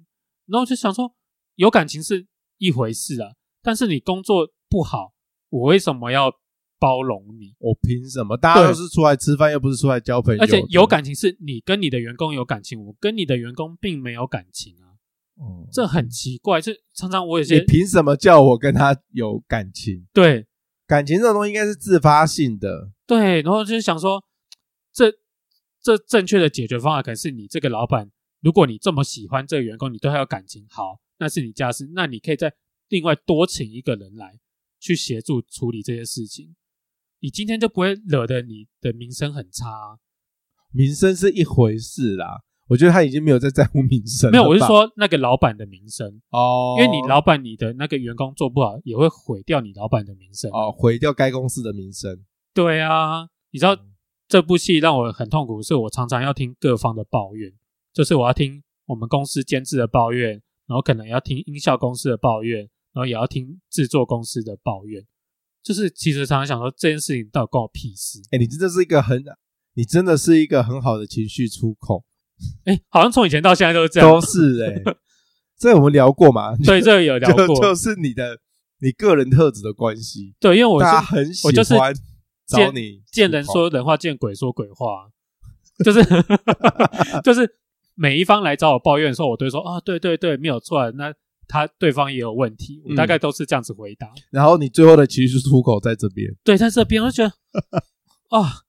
[SPEAKER 1] 然后我就想说，有感情是一回事啊，但是你工作不好，我为什么要包容你？
[SPEAKER 2] 我凭什么？大家都
[SPEAKER 1] 对
[SPEAKER 2] 是出来吃饭，又不是出来交朋友的。
[SPEAKER 1] 而且有感情是你跟你的员工有感情，我跟你的员工并没有感情啊，
[SPEAKER 2] 嗯，
[SPEAKER 1] 这很奇怪。这常常我有
[SPEAKER 2] 你
[SPEAKER 1] 些
[SPEAKER 2] 凭什么叫我跟他有感情？
[SPEAKER 1] 对
[SPEAKER 2] 感情这种东西应该是自发性的。
[SPEAKER 1] 对，然后就是想说，这这正确的解决方案可能是你这个老板，如果你这么喜欢这个员工，你对他有感情，好，那是你家事，那你可以再另外多请一个人来去协助处理这些事情，你今天就不会惹得你的名声很差啊、
[SPEAKER 2] 名声是一回事啦，我觉得他已经没有在在乎名声了
[SPEAKER 1] 啊没有，我是
[SPEAKER 2] 吧
[SPEAKER 1] 说那个老板的名声，
[SPEAKER 2] 哦，
[SPEAKER 1] 因为你老板你的那个员工做不好，也会毁掉你老板的名声。
[SPEAKER 2] 哦毁掉该公司的名声。
[SPEAKER 1] 对啊，你知道
[SPEAKER 2] 嗯
[SPEAKER 1] 这部戏让我很痛苦，是我常常要听各方的抱怨，就是我要听我们公司监制的抱怨，然后可能要听音效公司的抱怨，然后也要听制作公司的抱怨。就是其实常常想说这件事情到底关我屁事？
[SPEAKER 2] 哎、你真的是一个很，你真的是一个很好的情绪出口，
[SPEAKER 1] 哎，好像从以前到现在都是这样
[SPEAKER 2] 都。是哎、这我们聊过嘛？
[SPEAKER 1] 啊对，这个有聊
[SPEAKER 2] 就
[SPEAKER 1] 过。
[SPEAKER 2] 就是你的你个人特质的关系，
[SPEAKER 1] 对，因为我
[SPEAKER 2] 大家
[SPEAKER 1] 是
[SPEAKER 2] 很喜
[SPEAKER 1] 我就是
[SPEAKER 2] 欢找
[SPEAKER 1] 见
[SPEAKER 2] 你
[SPEAKER 1] 见人
[SPEAKER 2] 出口，
[SPEAKER 1] 说人话，见鬼说鬼话，就是 就是每一方来找我抱怨的时候，我都会说啊，对对对，没有错，那他对方也有问题，我大概都是这样子回答。
[SPEAKER 2] 然后你最后的情绪出口在这边。
[SPEAKER 1] 对，在这边我就觉得啊，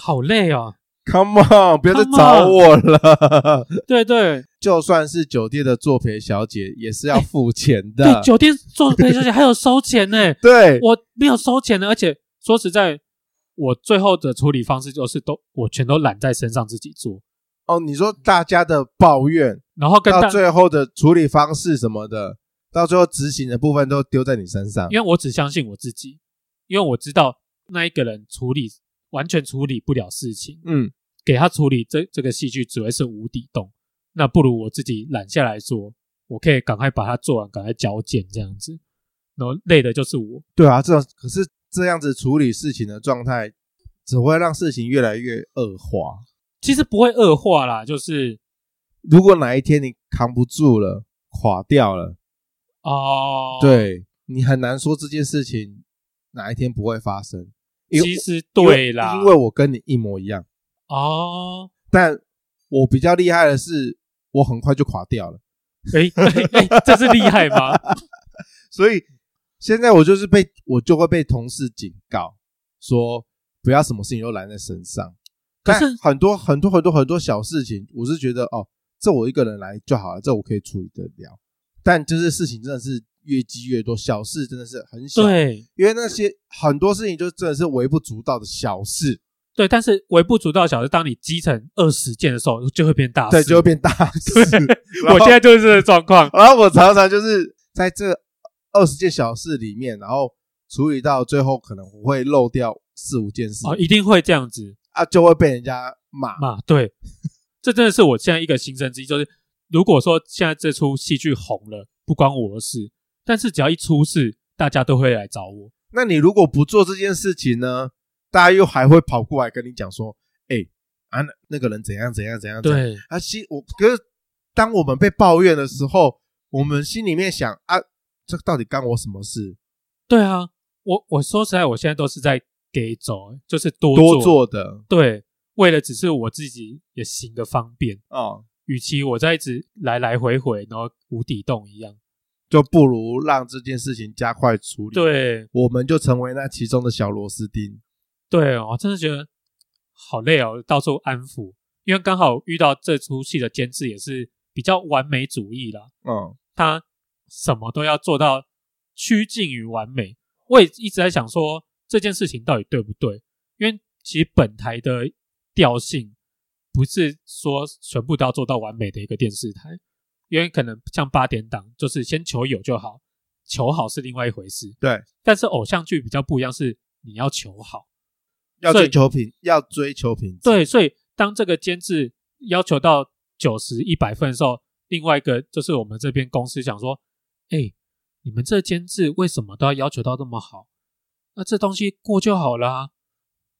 [SPEAKER 1] 好累哦。
[SPEAKER 2] Come on，不要再
[SPEAKER 1] Come
[SPEAKER 2] 找我了。
[SPEAKER 1] 对对
[SPEAKER 2] 就算是酒店的作陪小姐，也是要付钱的。
[SPEAKER 1] 哎对，酒店做陪小姐还有收钱呢，
[SPEAKER 2] 对
[SPEAKER 1] 我没有收钱呢，而且说实在。我最后的处理方式就是都我全都揽在身上自己做，
[SPEAKER 2] 哦，你说大家的抱怨
[SPEAKER 1] 然后跟
[SPEAKER 2] 到
[SPEAKER 1] 大
[SPEAKER 2] 最后的处理方式什么的，到最后执行的部分都丢在你身上。
[SPEAKER 1] 因为我只相信我自己，因为我知道那一个人处理完全处理不了事情，
[SPEAKER 2] 嗯，
[SPEAKER 1] 给他处理这这个戏剧只会是无底洞。那不如我自己揽下来做，我可以赶快把它做完，赶快交件这样子。然后累的就是我，
[SPEAKER 2] 对啊，这种可是这样子处理事情的状态，只会让事情越来越恶化。
[SPEAKER 1] 其实不会恶化啦，就是
[SPEAKER 2] 如果哪一天你扛不住了，垮掉了，
[SPEAKER 1] 哦，，
[SPEAKER 2] 对你很难说这件事情哪一天不会发生，因
[SPEAKER 1] 其实对啦，
[SPEAKER 2] 因为我跟你一模一样，
[SPEAKER 1] 哦，
[SPEAKER 2] 但我比较厉害的是，我很快就垮掉了，
[SPEAKER 1] 哎哎哎，这是厉害 吗？
[SPEAKER 2] 所以现在我就是被我就会被同事警告说，不要什么事情都揽在身上。
[SPEAKER 1] 可是
[SPEAKER 2] 但很多很多很多很多小事情，我是觉得哦，这我一个人来就好了，这我可以处理得了。但就是事情真的是越积越多，小事真的是很小，
[SPEAKER 1] 对
[SPEAKER 2] 因为那些很多事情就真的是微不足道的小事，
[SPEAKER 1] 对，但是微不足道的小事，当你积成二十件的时候，就会变大事。
[SPEAKER 2] 对，就会变大事。 然后
[SPEAKER 1] 我现在就是这个状况。
[SPEAKER 2] 然后我常常就是在这二十件小事里面，然后处理到最后，可能我会漏掉四五件事、
[SPEAKER 1] 哦，嗯一定会这样子
[SPEAKER 2] 啊，就会被人家骂。
[SPEAKER 1] 嘛？对， 这真的是我现在一个心声之一，就是如果说现在这出戏剧红了，不关我的事，但是只要一出事，大家都会来找我。
[SPEAKER 2] 那你如果不做这件事情呢，大家又还会跑过来跟你讲说：“哎、啊，那那个人怎样怎样怎样。”怎样。
[SPEAKER 1] 对，
[SPEAKER 2] 啊，心我可是当我们被抱怨的时候，我们心里面想啊，这到底干我什么事？
[SPEAKER 1] 对啊，我我说实在，我现在都是在给走，就是多
[SPEAKER 2] 多做的
[SPEAKER 1] 对，为了只是我自己也行个方便，
[SPEAKER 2] 哦，
[SPEAKER 1] 与其我在一直来来回回，然后无底洞一样。
[SPEAKER 2] 嗯就不如让这件事情加快处理。，
[SPEAKER 1] 对
[SPEAKER 2] 我们就成为那其中的小螺丝钉。
[SPEAKER 1] 对，我真的觉得好累哦，到处安抚，因为刚好遇到这出戏的监制也是比较完美主义啦，
[SPEAKER 2] 嗯，
[SPEAKER 1] 他什么都要做到趋近于完美。我也一直在想说这件事情到底对不对，因为其实本台的调性不是说全部都要做到完美的一个电视台，因为可能像八点档就是先求有就好，求好是另外一回事。
[SPEAKER 2] 对，
[SPEAKER 1] 但是偶像剧比较不一样，是你要求好。
[SPEAKER 2] 要
[SPEAKER 1] 所以
[SPEAKER 2] 追求品，要追求品质。
[SPEAKER 1] 对，，所以当这个监制要求到九十一百分的时候，另外一个就是我们这边公司想说，哎，你们这监制为什么都要要求到这么好？那这东西过就好啦。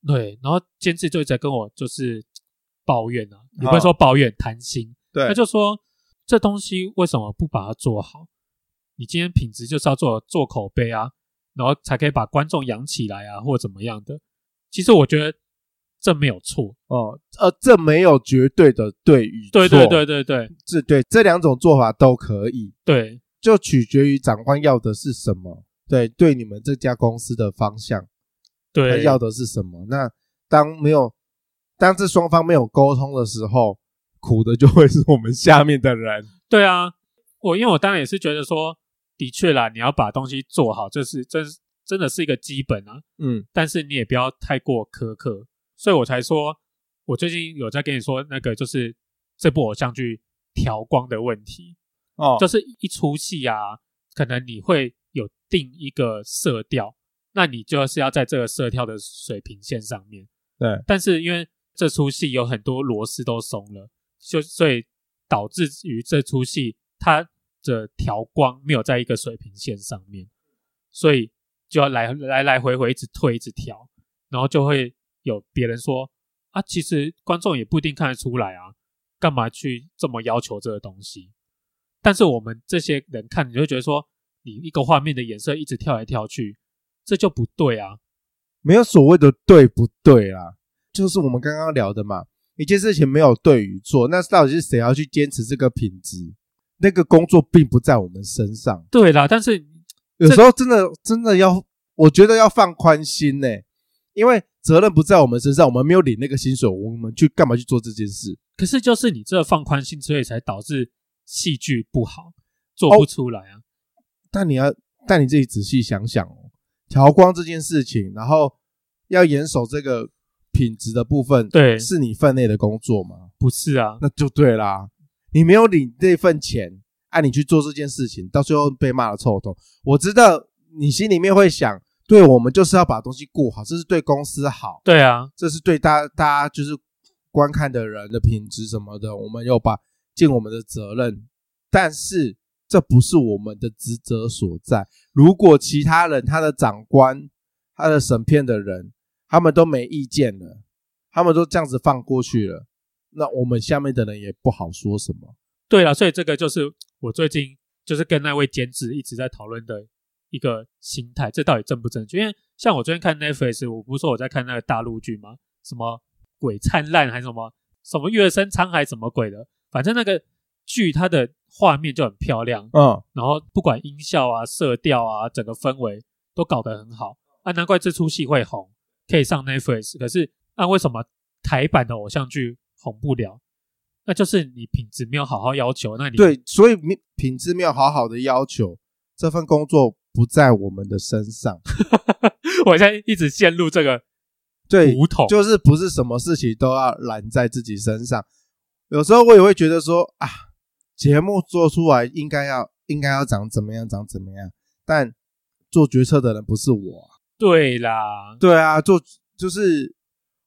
[SPEAKER 1] 对，然后监制就一直在跟我就是抱怨啊，也不会说抱怨，谈心，
[SPEAKER 2] 对，
[SPEAKER 1] 他就说这东西为什么不把它做好？你今天品质就是要做做口碑啊，然后才可以把观众养起来啊，或怎么样的。其实我觉得这没有错，
[SPEAKER 2] 哦，呃，这没有绝对的对与
[SPEAKER 1] 对
[SPEAKER 2] 错，
[SPEAKER 1] 对对对对
[SPEAKER 2] 这对这两种做法都可以，
[SPEAKER 1] 对
[SPEAKER 2] 就取决于长官要的是什么，对，对你们这家公司的方向，他
[SPEAKER 1] 对，
[SPEAKER 2] 要的是什么。那当没有，当这双方没有沟通的时候，苦的就会是我们下面的人。
[SPEAKER 1] 对啊。我因为我当然也是觉得说，的确啦，你要把东西做好，这是真真的是一个基本啊。
[SPEAKER 2] 嗯，
[SPEAKER 1] 但是你也不要太过苛刻，所以我才说，我最近有在跟你说那个就是这部偶像剧调光的问题。
[SPEAKER 2] 哦，
[SPEAKER 1] 就是一出戏啊，可能你会有定一个色调，那你就是要在这个色调的水平线上面。
[SPEAKER 2] 对，
[SPEAKER 1] 但是因为这出戏有很多螺丝都松了，就所以导致于这出戏它的调光没有在一个水平线上面，所以就要来来来回回一直推一直调，然后就会有别人说啊，其实观众也不一定看得出来啊，干嘛去这么要求这个东西？但是我们这些人看，你就会觉得说，你一个画面的颜色一直跳来跳去，这就不对啊。
[SPEAKER 2] 没有所谓的对不对啦，就是我们刚刚聊的嘛，一件事情没有对与错，那到底是谁要去坚持这个品质？那个工作并不在我们身上，
[SPEAKER 1] 对啦，但是
[SPEAKER 2] 有时候真的真的要，我觉得要放宽心呢、因为责任不在我们身上，我们没有领那个薪水，我们去干嘛去做这件事？
[SPEAKER 1] 可是就是你这放宽心，所以才导致戏剧不好，做不出来啊。
[SPEAKER 2] 但你要，但你自己仔细想想哦，调光这件事情，然后要严守这个品质的部分，
[SPEAKER 1] 对
[SPEAKER 2] 是你分内的工作吗？
[SPEAKER 1] 不是啊，
[SPEAKER 2] 那就对啦。你没有领这份钱，啊，你去做这件事情，到最后被骂的臭头。我知道你心里面会想，对我们就是要把东西顾好，这是对公司好，
[SPEAKER 1] 对啊，
[SPEAKER 2] 这是对大大家就是观看的人的品质什么的，我们有把尽我们的责任。但是这不是我们的职责所在。如果其他人他的长官、他的审片的人，他们都没意见了，他们都这样子放过去了，那我们下面的人也不好说什么。
[SPEAKER 1] 对啊啦，所以这个就是我最近就是跟那位监制一直在讨论的一个心态，这到底正不正确？因为像我最近看 Netflix，我不是说我在看那个大陆剧吗？什么鬼灿烂还是什么什么月升沧海什么鬼的，反正那个剧它的画面就很漂亮，
[SPEAKER 2] 嗯，
[SPEAKER 1] 然后不管音效啊、色调啊、整个氛围都搞得很好啊，难怪这出戏会红，可以上 Netflix。可是那、为什么台版的偶像剧红不了？那就是你品质没有好好要求，那你
[SPEAKER 2] 对，所以你品质没有好好的要求，这份工作不在我们的身上。
[SPEAKER 1] 我现在一直陷入这个
[SPEAKER 2] 对，
[SPEAKER 1] 胡同，
[SPEAKER 2] 就是不是什么事情都要揽在自己身上。有时候我也会觉得说啊，节目做出来应该要应该要长怎么样，长怎么样。但做决策的人不是我啊、
[SPEAKER 1] 对啦，
[SPEAKER 2] 对啊，做就是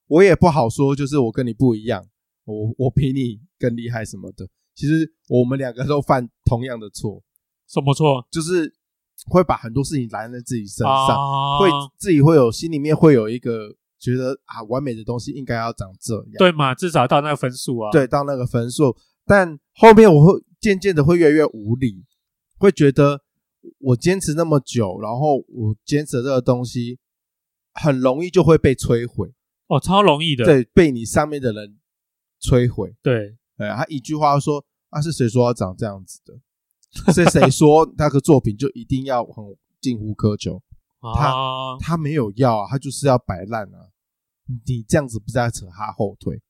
[SPEAKER 2] 我也不好说，就是我跟你不一样，我我比你更厉害什么的。其实我们两个都犯同样的错，
[SPEAKER 1] 什么错？
[SPEAKER 2] 就是会把很多事情揽在自己身上，
[SPEAKER 1] 啊，
[SPEAKER 2] 会自己会有心里面会有一个觉得啊，完美的东西应该要长这样。
[SPEAKER 1] 对嘛？至少到那个分数啊。，
[SPEAKER 2] 对，到那个分数。但后面我会渐渐的会越来越无理，会觉得我坚持那么久，然后我坚持这个东西，很容易就会被摧毁，
[SPEAKER 1] 哦，超容易的。
[SPEAKER 2] 对，被你上面的人摧毁。
[SPEAKER 1] 对
[SPEAKER 2] 对，他一句话说啊，是谁说要长这样子的？ 是谁说那个作品就一定要很近乎苛求？
[SPEAKER 1] 啊，
[SPEAKER 2] 他没有要啊，他就是要摆烂啊！你这样子不是在扯他后腿？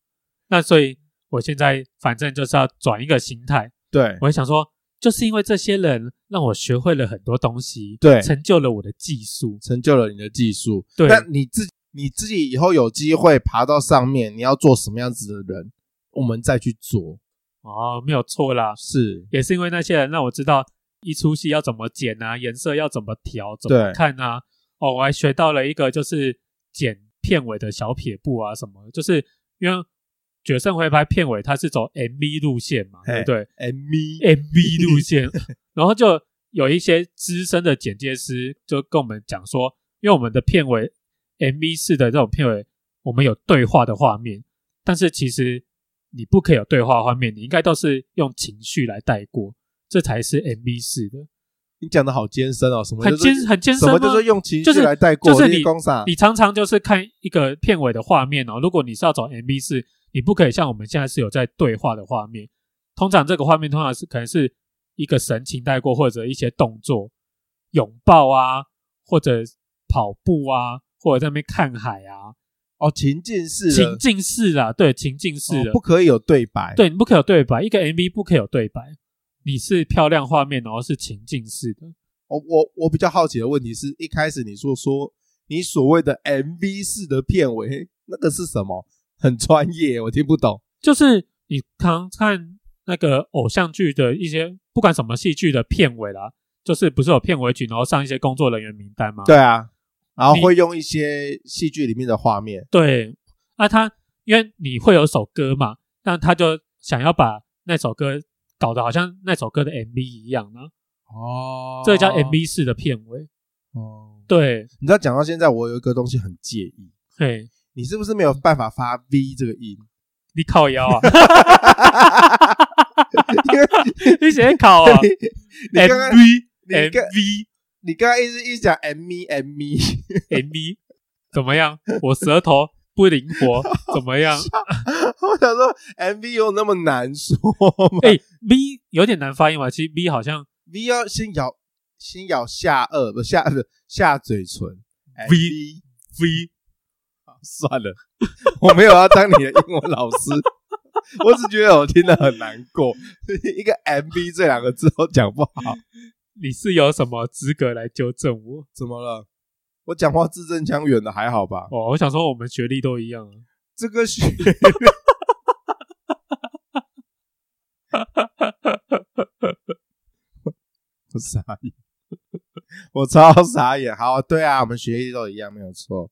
[SPEAKER 1] 那所以我现在反正就是要转一个心态，
[SPEAKER 2] 对
[SPEAKER 1] 我会想说，就是因为这些人让我学会了很多东西，
[SPEAKER 2] 对
[SPEAKER 1] 成就了我的技术，
[SPEAKER 2] 成就了你的技术，
[SPEAKER 1] 对
[SPEAKER 2] 但你自你自己以后有机会爬到上面，你要做什么样子的人，我们再去做。
[SPEAKER 1] 哦，没有错啦，
[SPEAKER 2] 是，
[SPEAKER 1] 也是因为那些人让我知道一出戏要怎么剪啊，颜色要怎么调，怎么
[SPEAKER 2] 对
[SPEAKER 1] 看啊。哦，我还学到了一个就是剪片尾的小撇步啊，什么，就是因为决胜回拍片尾它是走 MV 路线嘛，对
[SPEAKER 2] 嘿
[SPEAKER 1] 不对哎
[SPEAKER 2] MV，
[SPEAKER 1] ？MV 路线，然后就有一些资深的剪接师就跟我们讲说，因为我们的片尾 MV 式的这种片尾，我们有对话的画面，但是其实你不可以有对话画面，你应该都是用情绪来带过，这才是 MV 式的，
[SPEAKER 2] 你讲的好艰深哦，什么
[SPEAKER 1] 很
[SPEAKER 2] 就是
[SPEAKER 1] 艰很艰深
[SPEAKER 2] 什
[SPEAKER 1] 吗
[SPEAKER 2] 么？就是用情
[SPEAKER 1] 就是
[SPEAKER 2] 绪来带过，
[SPEAKER 1] 就是
[SPEAKER 2] 这
[SPEAKER 1] 你
[SPEAKER 2] 公啊傻
[SPEAKER 1] 你常常就是看一个片尾的画面哦，如果你是要找 MV 式，你不可以像我们现在是有在对话的画面，通常这个画面通常是可能是一个神情带过，或者一些动作、拥抱啊，或者跑步啊，或者在那边看海啊，
[SPEAKER 2] 哦，情境式的
[SPEAKER 1] 情境式啊，对，情境式的，
[SPEAKER 2] 哦不可以有对白，，
[SPEAKER 1] 对，你不可以有对白，一个 MV 不可以有对白，你是漂亮画面，然后是情境式的，
[SPEAKER 2] 我哦我我比较好奇的问题是一开始你说说你所谓的 MV 式的片尾，那个是什么？很专业，我听不懂。
[SPEAKER 1] 就是你常看那个偶像剧的一些，不管什么戏剧的片尾啦，就是不是有片尾曲，然后上一些工作人员名单吗？
[SPEAKER 2] 对啊，然后
[SPEAKER 1] 你
[SPEAKER 2] 会用一些戏剧里面的画面，
[SPEAKER 1] 对，那他因为你会有首歌嘛，那他就想要把那首歌搞得好像那首歌的 MV 一样呢、
[SPEAKER 2] 哦
[SPEAKER 1] 这个叫 MV 式的片尾。
[SPEAKER 2] 哦，
[SPEAKER 1] 对，
[SPEAKER 2] 你知道讲到现在，我有一个东西很介意，
[SPEAKER 1] 嘿，
[SPEAKER 2] 你是不是没有办法发 V 这个音？
[SPEAKER 1] 你靠腰 啊，
[SPEAKER 2] 因为
[SPEAKER 1] 你写
[SPEAKER 2] 哦
[SPEAKER 1] 考啊
[SPEAKER 2] 你你刚刚
[SPEAKER 1] ，MV
[SPEAKER 2] 你刚
[SPEAKER 1] MV
[SPEAKER 2] 你刚刚一直一直讲 M V M V，
[SPEAKER 1] MV 怎么样？我舌头不灵 活，怎么样？
[SPEAKER 2] 我想说 M V 有那么难说吗、
[SPEAKER 1] 哎、v 有点难发音嘛，其实 V 好像
[SPEAKER 2] v 要先咬先咬下颚，不下不下嘴唇。
[SPEAKER 1] V
[SPEAKER 2] MV
[SPEAKER 1] V
[SPEAKER 2] 算了， 我没有要当你的英文老师，我只觉得我听得很难过。 一个 MV 这两个字都讲不好，
[SPEAKER 1] 你是有什么资格来纠正我？
[SPEAKER 2] 怎么了？我讲话字正腔圆的，还好吧？
[SPEAKER 1] 哦，我想说我们学历都一样啊。
[SPEAKER 2] 这个学，我傻眼，我超傻眼。好，对啊，我们学历都一样，没有错。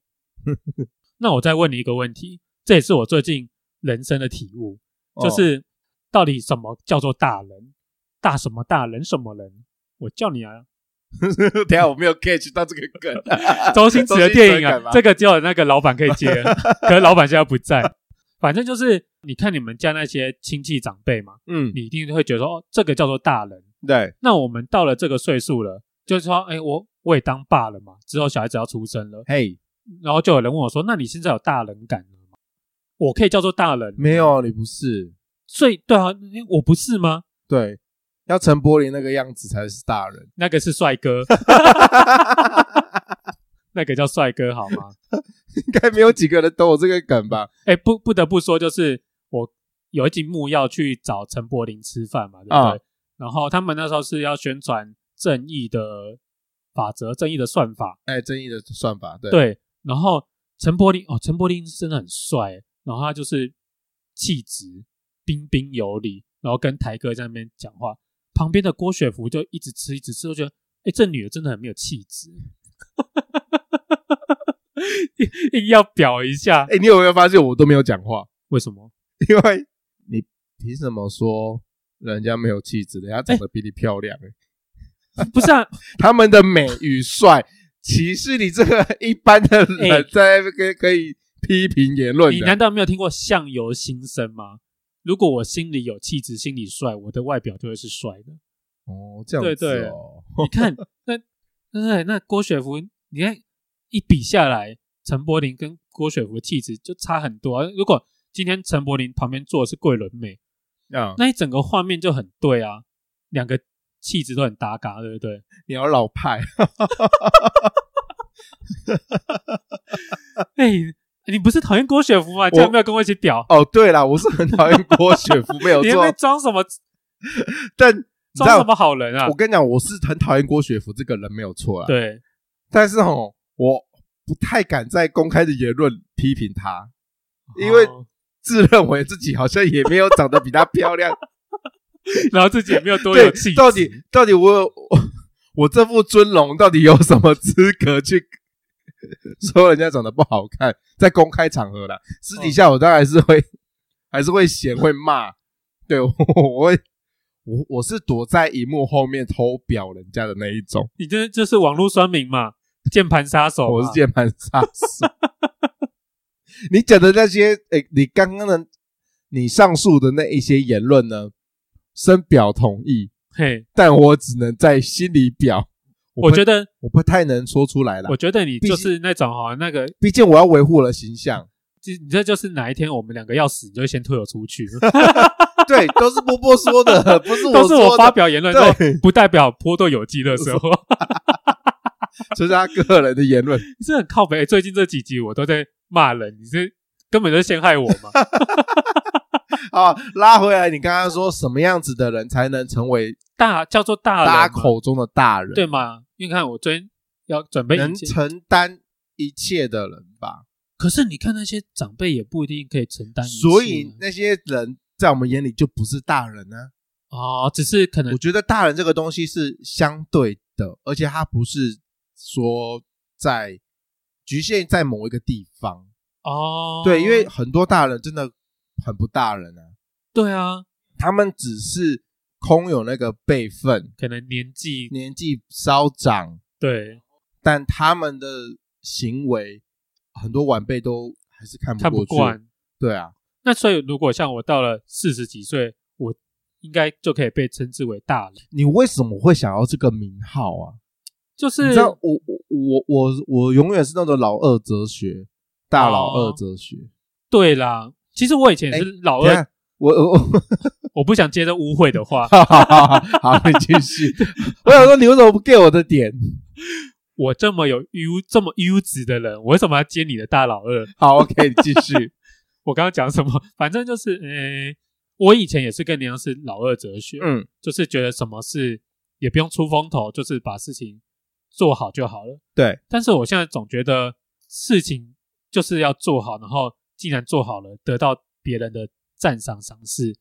[SPEAKER 1] 那我再问你一个问题，这也是我最近人生的体悟，就
[SPEAKER 2] 哦
[SPEAKER 1] 是到底什么叫做大人？大什么大人什么人？我叫你啊，
[SPEAKER 2] 等一下我没有 catch 到这个梗。
[SPEAKER 1] 周星驰的电影
[SPEAKER 2] 周星驰的梗
[SPEAKER 1] 啊
[SPEAKER 2] 吗，
[SPEAKER 1] 这个只有那个老板可以 接，可是老板现在不在。反正就是你看你们家那些亲戚长辈嘛，
[SPEAKER 2] 嗯，
[SPEAKER 1] 你一定会觉得说哦，这个叫做大人。
[SPEAKER 2] 对，
[SPEAKER 1] 那我们到了这个岁数了，就是说，哎，我我也当爸了嘛，之后小孩子要出生了，
[SPEAKER 2] 嘿，
[SPEAKER 1] 然后就有人问我说：“那你现在有大人感了吗？”我可以叫做大人，
[SPEAKER 2] 没有，你不是，
[SPEAKER 1] 所以对啊，诶我不是吗？
[SPEAKER 2] 对，要陈柏霖那个样子才是大人。
[SPEAKER 1] 那个是帅哥， 那个叫帅哥好吗？
[SPEAKER 2] 应该没有几个人懂我这个梗吧？
[SPEAKER 1] 哎、不不得不说，就是我有一集幕要去找陈柏霖吃饭嘛，对不对？
[SPEAKER 2] 啊
[SPEAKER 1] 然后他们那时候是要宣传正义的法则、正义的算法，
[SPEAKER 2] 哎，争议的算法，对，
[SPEAKER 1] 对。然后陈柏霖哦，陈柏霖真的很帅，然后他就是气质彬彬有礼，然后跟台哥在那边讲话，旁边的郭雪芙就一直吃一直吃，我觉得哎，这女的真的很没有气质， 硬硬要表一下，
[SPEAKER 2] 哎，你有没有发现我都没有讲话？
[SPEAKER 1] 为什么？
[SPEAKER 2] 因为你凭什么说人家没有气质？人家长得比你漂亮、欸，
[SPEAKER 1] 不是啊，
[SPEAKER 2] 他们的美与帅歧视你这个一般的人
[SPEAKER 1] 哎
[SPEAKER 2] 在那边可以批评言论
[SPEAKER 1] 你
[SPEAKER 2] 的
[SPEAKER 1] 难。道没有听过“相由心生”吗？如果我心里有气质，心里帅，我的外表就会是帅的。
[SPEAKER 2] 哦，这样子
[SPEAKER 1] 对对
[SPEAKER 2] 哦，
[SPEAKER 1] 你看，那那那郭雪芙，你看一比下来，陈柏霖跟郭雪芙的气质就差很多、啊。如果今天陈柏霖旁边坐的是桂纶镁，
[SPEAKER 2] 啊，
[SPEAKER 1] 那一整个画面就很对啊，两个气质都很搭嘎，对不对？
[SPEAKER 2] 你要老派，
[SPEAKER 1] 哎、你不是讨厌郭雪芙吗？你竟然没有跟我一起表，
[SPEAKER 2] 哦，对啦，我是很讨厌郭雪芙，没 有
[SPEAKER 1] 你还在
[SPEAKER 2] 错，
[SPEAKER 1] 装什么
[SPEAKER 2] 但你知
[SPEAKER 1] 装什
[SPEAKER 2] 道
[SPEAKER 1] 么，好人啊
[SPEAKER 2] 我？跟你讲，我是很讨厌郭雪芙这个人，没有错啦。，
[SPEAKER 1] 对，
[SPEAKER 2] 但是哦，我不太敢在公开的言论批评她，因为
[SPEAKER 1] 哦
[SPEAKER 2] 自认为自己好像也没有长得比她漂亮。
[SPEAKER 1] 然后自己也没有多有
[SPEAKER 2] 对
[SPEAKER 1] 气，质，
[SPEAKER 2] 到底到底我 有我我这副尊容到底有什么资格去 说人家长得不好看？在公开场合啦，私底下我当然是会、
[SPEAKER 1] 嗯
[SPEAKER 2] 还是会嫌会骂，对 我我会我我是躲在荧幕后面偷表人家的那一种，
[SPEAKER 1] 你这就是网络酸民嘛，键盘杀手嘛，
[SPEAKER 2] 我是键盘杀手。 你讲的那些，诶、你刚刚的你上述的那一些言论呢，深表同意，
[SPEAKER 1] 嘿，
[SPEAKER 2] 但我只能在心里表。
[SPEAKER 1] 我
[SPEAKER 2] 不
[SPEAKER 1] 觉得，
[SPEAKER 2] 我不太能说出来啦
[SPEAKER 1] 我，觉得你
[SPEAKER 2] 毕
[SPEAKER 1] 就
[SPEAKER 2] 竟
[SPEAKER 1] 是那种哈，那个，
[SPEAKER 2] 毕竟我要维护我的形象。
[SPEAKER 1] 就你这就是哪一天我们两个要死，你就先推我出 去，
[SPEAKER 2] 对，都是波波 说的，不是我
[SPEAKER 1] 都是我
[SPEAKER 2] 说
[SPEAKER 1] 发
[SPEAKER 2] 的，
[SPEAKER 1] 表言论，
[SPEAKER 2] 对
[SPEAKER 1] 都不代表波多有机的时候，
[SPEAKER 2] 这是他个人的言论。
[SPEAKER 1] 你 是很靠北。哎最近这几集我都在骂人，你这根本就是陷害我嘛，
[SPEAKER 2] 啊，拉回来，你刚刚说什么样子的人才能成为
[SPEAKER 1] 大叫做大人
[SPEAKER 2] 大家
[SPEAKER 1] 嘛
[SPEAKER 2] 口中的大人？
[SPEAKER 1] 对，嘛？因为看我最近要准备迎
[SPEAKER 2] 能
[SPEAKER 1] 接，
[SPEAKER 2] 承担一切的人吧。
[SPEAKER 1] 可是你看那些长辈也不一定可以承担一切啊，
[SPEAKER 2] 所以那些人在我们眼里就不是大人啊呢、
[SPEAKER 1] 哦，只是可能
[SPEAKER 2] 我觉得大人这个东西是相对的，而且它不是说在局限在某一个地方。
[SPEAKER 1] 哦，
[SPEAKER 2] 对，因为很多大人真的很不大人啊，
[SPEAKER 1] 对啊，
[SPEAKER 2] 他们只是空有那个辈分，
[SPEAKER 1] 可能年纪
[SPEAKER 2] 年纪稍长，
[SPEAKER 1] 对
[SPEAKER 2] 但他们的行为很多晚辈都还是看
[SPEAKER 1] 看不
[SPEAKER 2] 过去。
[SPEAKER 1] 惯。
[SPEAKER 2] 对啊，
[SPEAKER 1] 那所以如果像我到了四十几岁，我应该就可以被称之为大人，
[SPEAKER 2] 你为什么会想要这个名号啊？
[SPEAKER 1] 就是
[SPEAKER 2] 你知道我我我我我永远是那种老二哲学，大老二哲学。
[SPEAKER 1] 对啦。其实我以前也是老
[SPEAKER 2] 哎等一
[SPEAKER 1] 二，
[SPEAKER 2] 下，我我我，。
[SPEAKER 1] 我不想接着污秽的话
[SPEAKER 2] 好好好好，好你继 续。我想说，你为什么不给我的点？
[SPEAKER 1] 我这么有优这么优质的人，我为什么要接你的大老二？
[SPEAKER 2] 好，OK，你继续。
[SPEAKER 1] 我刚刚讲什么？反正就是，呃、我以前也是跟你一样是老二哲学，
[SPEAKER 2] 嗯，
[SPEAKER 1] 就是觉得什么事也不用出风头，就是把事情做好就好了。
[SPEAKER 2] 对，
[SPEAKER 1] 但是我现在总觉得事情就是要做好，然后既然做好了，得到别人的赞赏赏识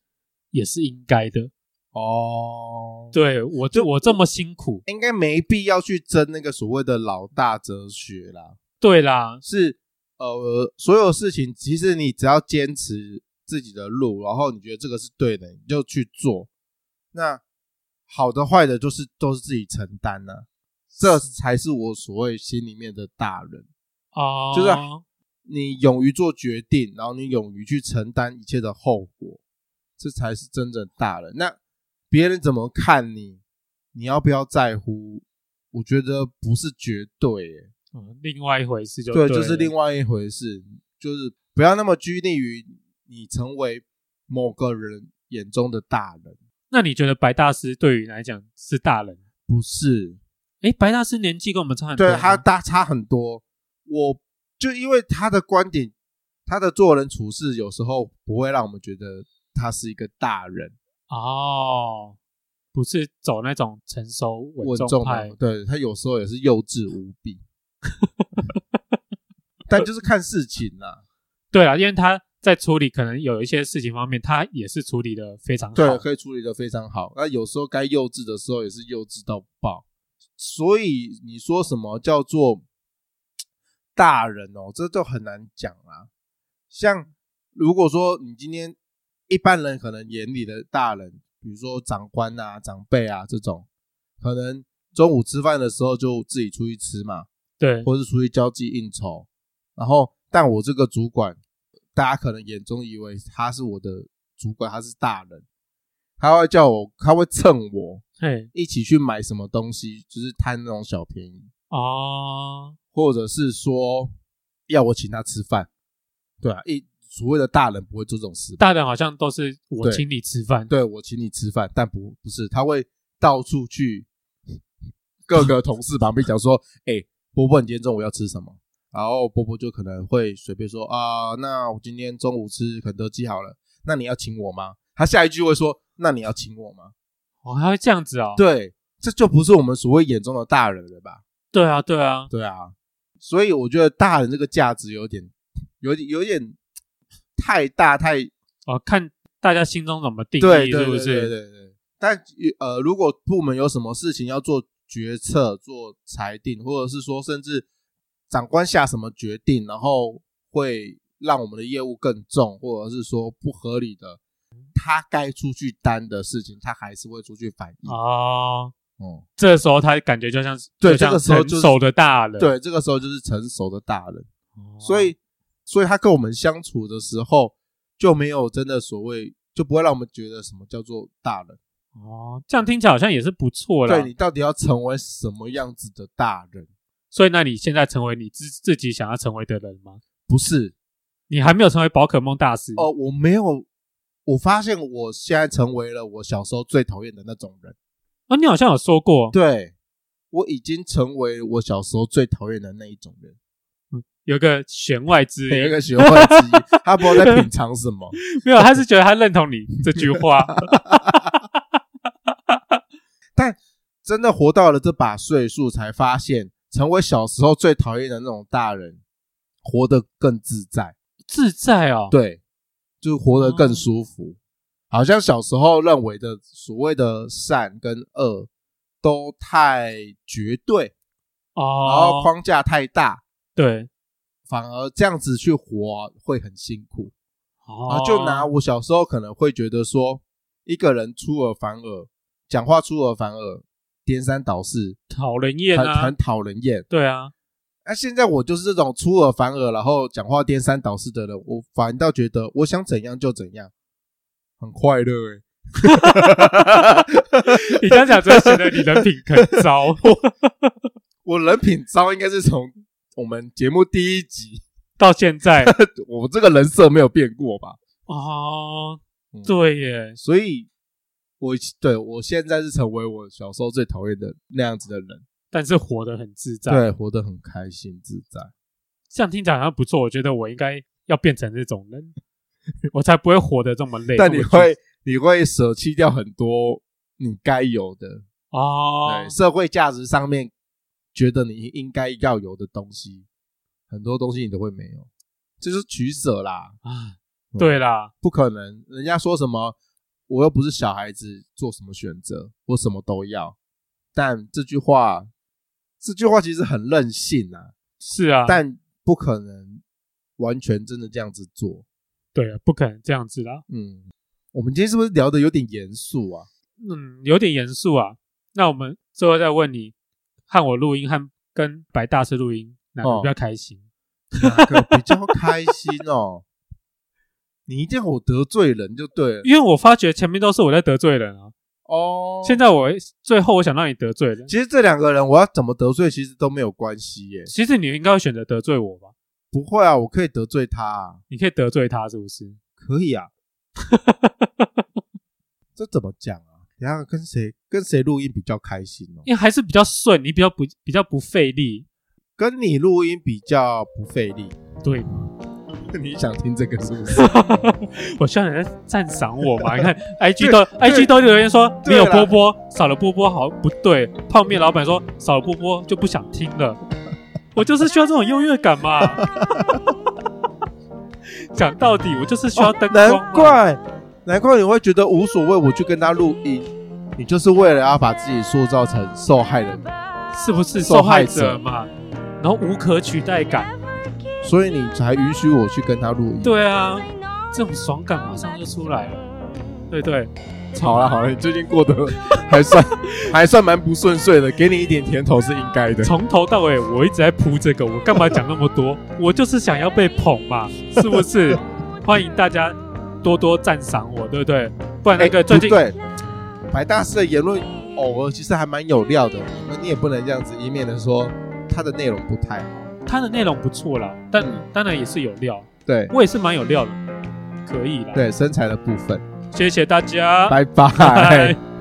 [SPEAKER 1] 也是应该的。
[SPEAKER 2] 哦，，
[SPEAKER 1] 对我就我这么辛苦，
[SPEAKER 2] 应该没必要去争那个所谓的老大哲学啦。
[SPEAKER 1] 对啦，
[SPEAKER 2] 是呃，所有事情其实你只要坚持自己的路，然后你觉得这个是对的，你就去做。那好的坏的，就是都是自己承担呢、这才是我所谓心里面的大人。
[SPEAKER 1] 哦、
[SPEAKER 2] 就是啊你勇于做决定，然后你勇于去承担一切的后果，这才是真正大人。那别人怎么看你，你要不要在乎？我觉得不是绝对耶，
[SPEAKER 1] 嗯，另外一回事就
[SPEAKER 2] 对，
[SPEAKER 1] 对
[SPEAKER 2] 就是另
[SPEAKER 1] 外
[SPEAKER 2] 外一回事，就是不要那么拘泥于你成为某个人眼中的大人，
[SPEAKER 1] 那你觉得白大师对于你来讲是大人？
[SPEAKER 2] 不是，
[SPEAKER 1] 诶，白大师年纪跟我们差很多吗，
[SPEAKER 2] 对啊他大差很多。我就因为他的观点，他的做人处事有时候不会让我们觉得他是一个大人
[SPEAKER 1] 哦，不是走那种成熟
[SPEAKER 2] 稳
[SPEAKER 1] 稳
[SPEAKER 2] 重
[SPEAKER 1] 重派
[SPEAKER 2] 的，，对他有时候也是幼稚无比，但就是看事情啦、
[SPEAKER 1] 对啊，因为他在处理可能有一些事情方面，他也是处理的非常好。
[SPEAKER 2] 对，可以处理的非常好。那有时候该幼稚的时候也是幼稚到爆。所以你说什么叫做大人哦，这就很难讲啦。像如果说你今天一般人可能眼里的大人，比如说长官啊、长辈啊这种，可能中午吃饭的时候就自己出去吃嘛，
[SPEAKER 1] 对
[SPEAKER 2] 或是出去交际应酬。然后，但我这个主管，大家可能眼中以为他是我的主管，他是大人，他会叫我，他会蹭我
[SPEAKER 1] 嘿，
[SPEAKER 2] 一起去买什么东西，就是贪那种小便宜，
[SPEAKER 1] 哦，
[SPEAKER 2] 或者是说要我请他吃饭。对啊，一所谓的大人不会做这种事吧，
[SPEAKER 1] 大人好像都是我
[SPEAKER 2] 对
[SPEAKER 1] 请你吃饭，
[SPEAKER 2] 对我请你吃饭，但不不是，他会到处去各个同事旁边讲说，哎、波波，你今天中午要吃什么？然后波波就可能会随便说啊、那我今天中午吃肯德基好了，那你要请我吗？他下一句会说，那你要请我吗？
[SPEAKER 1] 哦，还会这样子哦。
[SPEAKER 2] 对，这就不是我们所谓眼中的大人了吧？
[SPEAKER 1] 对啊，对啊，
[SPEAKER 2] 对啊，所以我觉得大人这个价值有点，有点，有点太大太
[SPEAKER 1] 哦，看大家心中怎么定
[SPEAKER 2] 对
[SPEAKER 1] 义，
[SPEAKER 2] 对
[SPEAKER 1] 是
[SPEAKER 2] 对
[SPEAKER 1] 不
[SPEAKER 2] 对
[SPEAKER 1] 是？
[SPEAKER 2] 对对。但呃，如果部门有什么事情要做决策、做裁定，或者是说甚至长官下什么决定，然后会让我们的业务更重，或者是说不合理的，他该出去担的事情，他还是会出去反映。
[SPEAKER 1] 哦，
[SPEAKER 2] 哦、
[SPEAKER 1] 这时候他感觉就像
[SPEAKER 2] 对
[SPEAKER 1] 就像
[SPEAKER 2] 这个时候就是
[SPEAKER 1] 成熟的大人，
[SPEAKER 2] 对，这个时候就是成熟的大人，
[SPEAKER 1] 哦，
[SPEAKER 2] 所以所以他跟我们相处的时候就没有真的所谓，就不会让我们觉得什么叫做大人。
[SPEAKER 1] 哦，这样听起来好像也是不错啦。
[SPEAKER 2] 对你到底要成为什么样子的大人？
[SPEAKER 1] 所以，那你现在成为你自自己想要成为的人吗？
[SPEAKER 2] 不是
[SPEAKER 1] 你还没有成为宝可梦大师
[SPEAKER 2] 哦，我没有，我发现我现在成为了我小时候最讨厌的那种人。
[SPEAKER 1] 哦，你好像有说过，
[SPEAKER 2] 对，我已经成为我小时候最讨厌的那一种人。
[SPEAKER 1] 有个弦外之
[SPEAKER 2] 有一
[SPEAKER 1] 音，
[SPEAKER 2] 个学会 之一，他不知道在品尝什么。
[SPEAKER 1] 没有，他是觉得他认同你这句 话。
[SPEAKER 2] 真的活到了这把岁数，才发现成为小时候最讨厌的那种大人，活得更自在。
[SPEAKER 1] 自在哦，，
[SPEAKER 2] 对，就活得更舒服。好像小时候认为的所谓的善跟恶都太绝对，然后
[SPEAKER 1] 哦，
[SPEAKER 2] 框架太大，
[SPEAKER 1] 对，
[SPEAKER 2] 反而这样子去活会很辛苦。啊
[SPEAKER 1] 哦，，
[SPEAKER 2] 就拿我小时候可能会觉得说，一个人出尔反尔，讲话出尔反尔，颠三倒四，
[SPEAKER 1] 讨人厌
[SPEAKER 2] 很
[SPEAKER 1] 啊
[SPEAKER 2] 很，讨人厌。
[SPEAKER 1] 对啊，
[SPEAKER 2] 那、现在我就是这种出尔反尔，然后讲话颠三倒四的人，我反倒觉得我想怎样就怎样，很快乐欸诶、
[SPEAKER 1] 你这样讲真的显得你人品很 糟。
[SPEAKER 2] 我人品糟，应该是从我们节目第一集，
[SPEAKER 1] 到现在
[SPEAKER 2] 我这个人设没有变过吧？
[SPEAKER 1] 哦，
[SPEAKER 2] 嗯，
[SPEAKER 1] 对耶，
[SPEAKER 2] 所以我对我现在是成为我小时候最讨厌的那样子的人，
[SPEAKER 1] 但是活得很自在，，
[SPEAKER 2] 对，活得很开心自在。
[SPEAKER 1] 这样听起来好像不错。我觉得我应该要变成这种人，我才不会活得这么累。
[SPEAKER 2] 但
[SPEAKER 1] 这
[SPEAKER 2] 你
[SPEAKER 1] 么
[SPEAKER 2] 会你会舍弃掉很多你该有的，
[SPEAKER 1] 哦
[SPEAKER 2] 对，社会价值上面觉得你应该要有的东西，很多东西你都会没有，这就是取舍啦。
[SPEAKER 1] 啊，
[SPEAKER 2] 嗯
[SPEAKER 1] 对啦，
[SPEAKER 2] 不可能，人家说什么，我又不是小孩子，做什么选择，我什么都要。但这句话，这句话其实很任性啊，
[SPEAKER 1] 是啊，
[SPEAKER 2] 但不可能完全真的这样子做。
[SPEAKER 1] 对啊，不可能这样子啦。
[SPEAKER 2] 嗯，我们今天是不是聊的有点严肃啊？
[SPEAKER 1] 嗯，有点严肃啊。那我们最后再问你，和我录音和跟白大师录音哪个
[SPEAKER 2] 哦
[SPEAKER 1] 比较开心？
[SPEAKER 2] 哪个比较开心哦？ 你一定要我得罪人就对了。
[SPEAKER 1] 因为我发觉前面都是我在得罪人啊，
[SPEAKER 2] 哦
[SPEAKER 1] 现在我最后我想让你得罪的，
[SPEAKER 2] 其实这两个人我要怎么得罪，其实都没有关系耶。
[SPEAKER 1] 其实你应该会选择得罪我吧？
[SPEAKER 2] 不会啊，我可以得罪他、啊，
[SPEAKER 1] 你可以得罪他是不是？
[SPEAKER 2] 可以啊。这怎么讲啊？等一下跟谁跟谁录音比较开心哦？
[SPEAKER 1] 因为还是比较顺，你比较不比较不费力。
[SPEAKER 2] 跟你录音比较不费力。
[SPEAKER 1] 对，
[SPEAKER 2] 你想听这个是不是？
[SPEAKER 1] 我希望你在赞赏我嘛。 你看 IG 都 IG 都留言说没
[SPEAKER 2] 对
[SPEAKER 1] 有
[SPEAKER 2] 啦
[SPEAKER 1] 波波，少了波波好不对。泡面老板说少了波波就不想听了。 我就是需要这种优越感嘛。 讲到底，我就是需要灯 光、
[SPEAKER 2] 难，怪难怪你会觉得无所谓，我去跟他录音，你就是为了要把自己塑造成受害人，
[SPEAKER 1] 是不是受害
[SPEAKER 2] 受害
[SPEAKER 1] 者
[SPEAKER 2] 者
[SPEAKER 1] 嘛？然后无可取代感，
[SPEAKER 2] 所以你才允许我去跟他录音。，
[SPEAKER 1] 对啊，这种爽感马上就出来了。对对，
[SPEAKER 2] 好了好了，你最近过得还算 还算蛮不顺遂的，给你一点甜头是应该的。
[SPEAKER 1] 从头到尾我一直在铺这个，我干嘛讲那么 多？我就是想要被捧嘛，是不是？欢迎大家多多赞赏我，对不对？不然那个
[SPEAKER 2] 哎
[SPEAKER 1] 最近、
[SPEAKER 2] 不对白大师的言论偶尔其实还蛮有料的，那你也不能这样子，以免的说他的内容不太好。
[SPEAKER 1] 它的内容不错啦，但
[SPEAKER 2] 嗯
[SPEAKER 1] 当然也是有料，
[SPEAKER 2] 对
[SPEAKER 1] 我也是蛮有料的，可以啦。，
[SPEAKER 2] 对，身材的部分，
[SPEAKER 1] 谢谢大家，
[SPEAKER 2] 拜拜。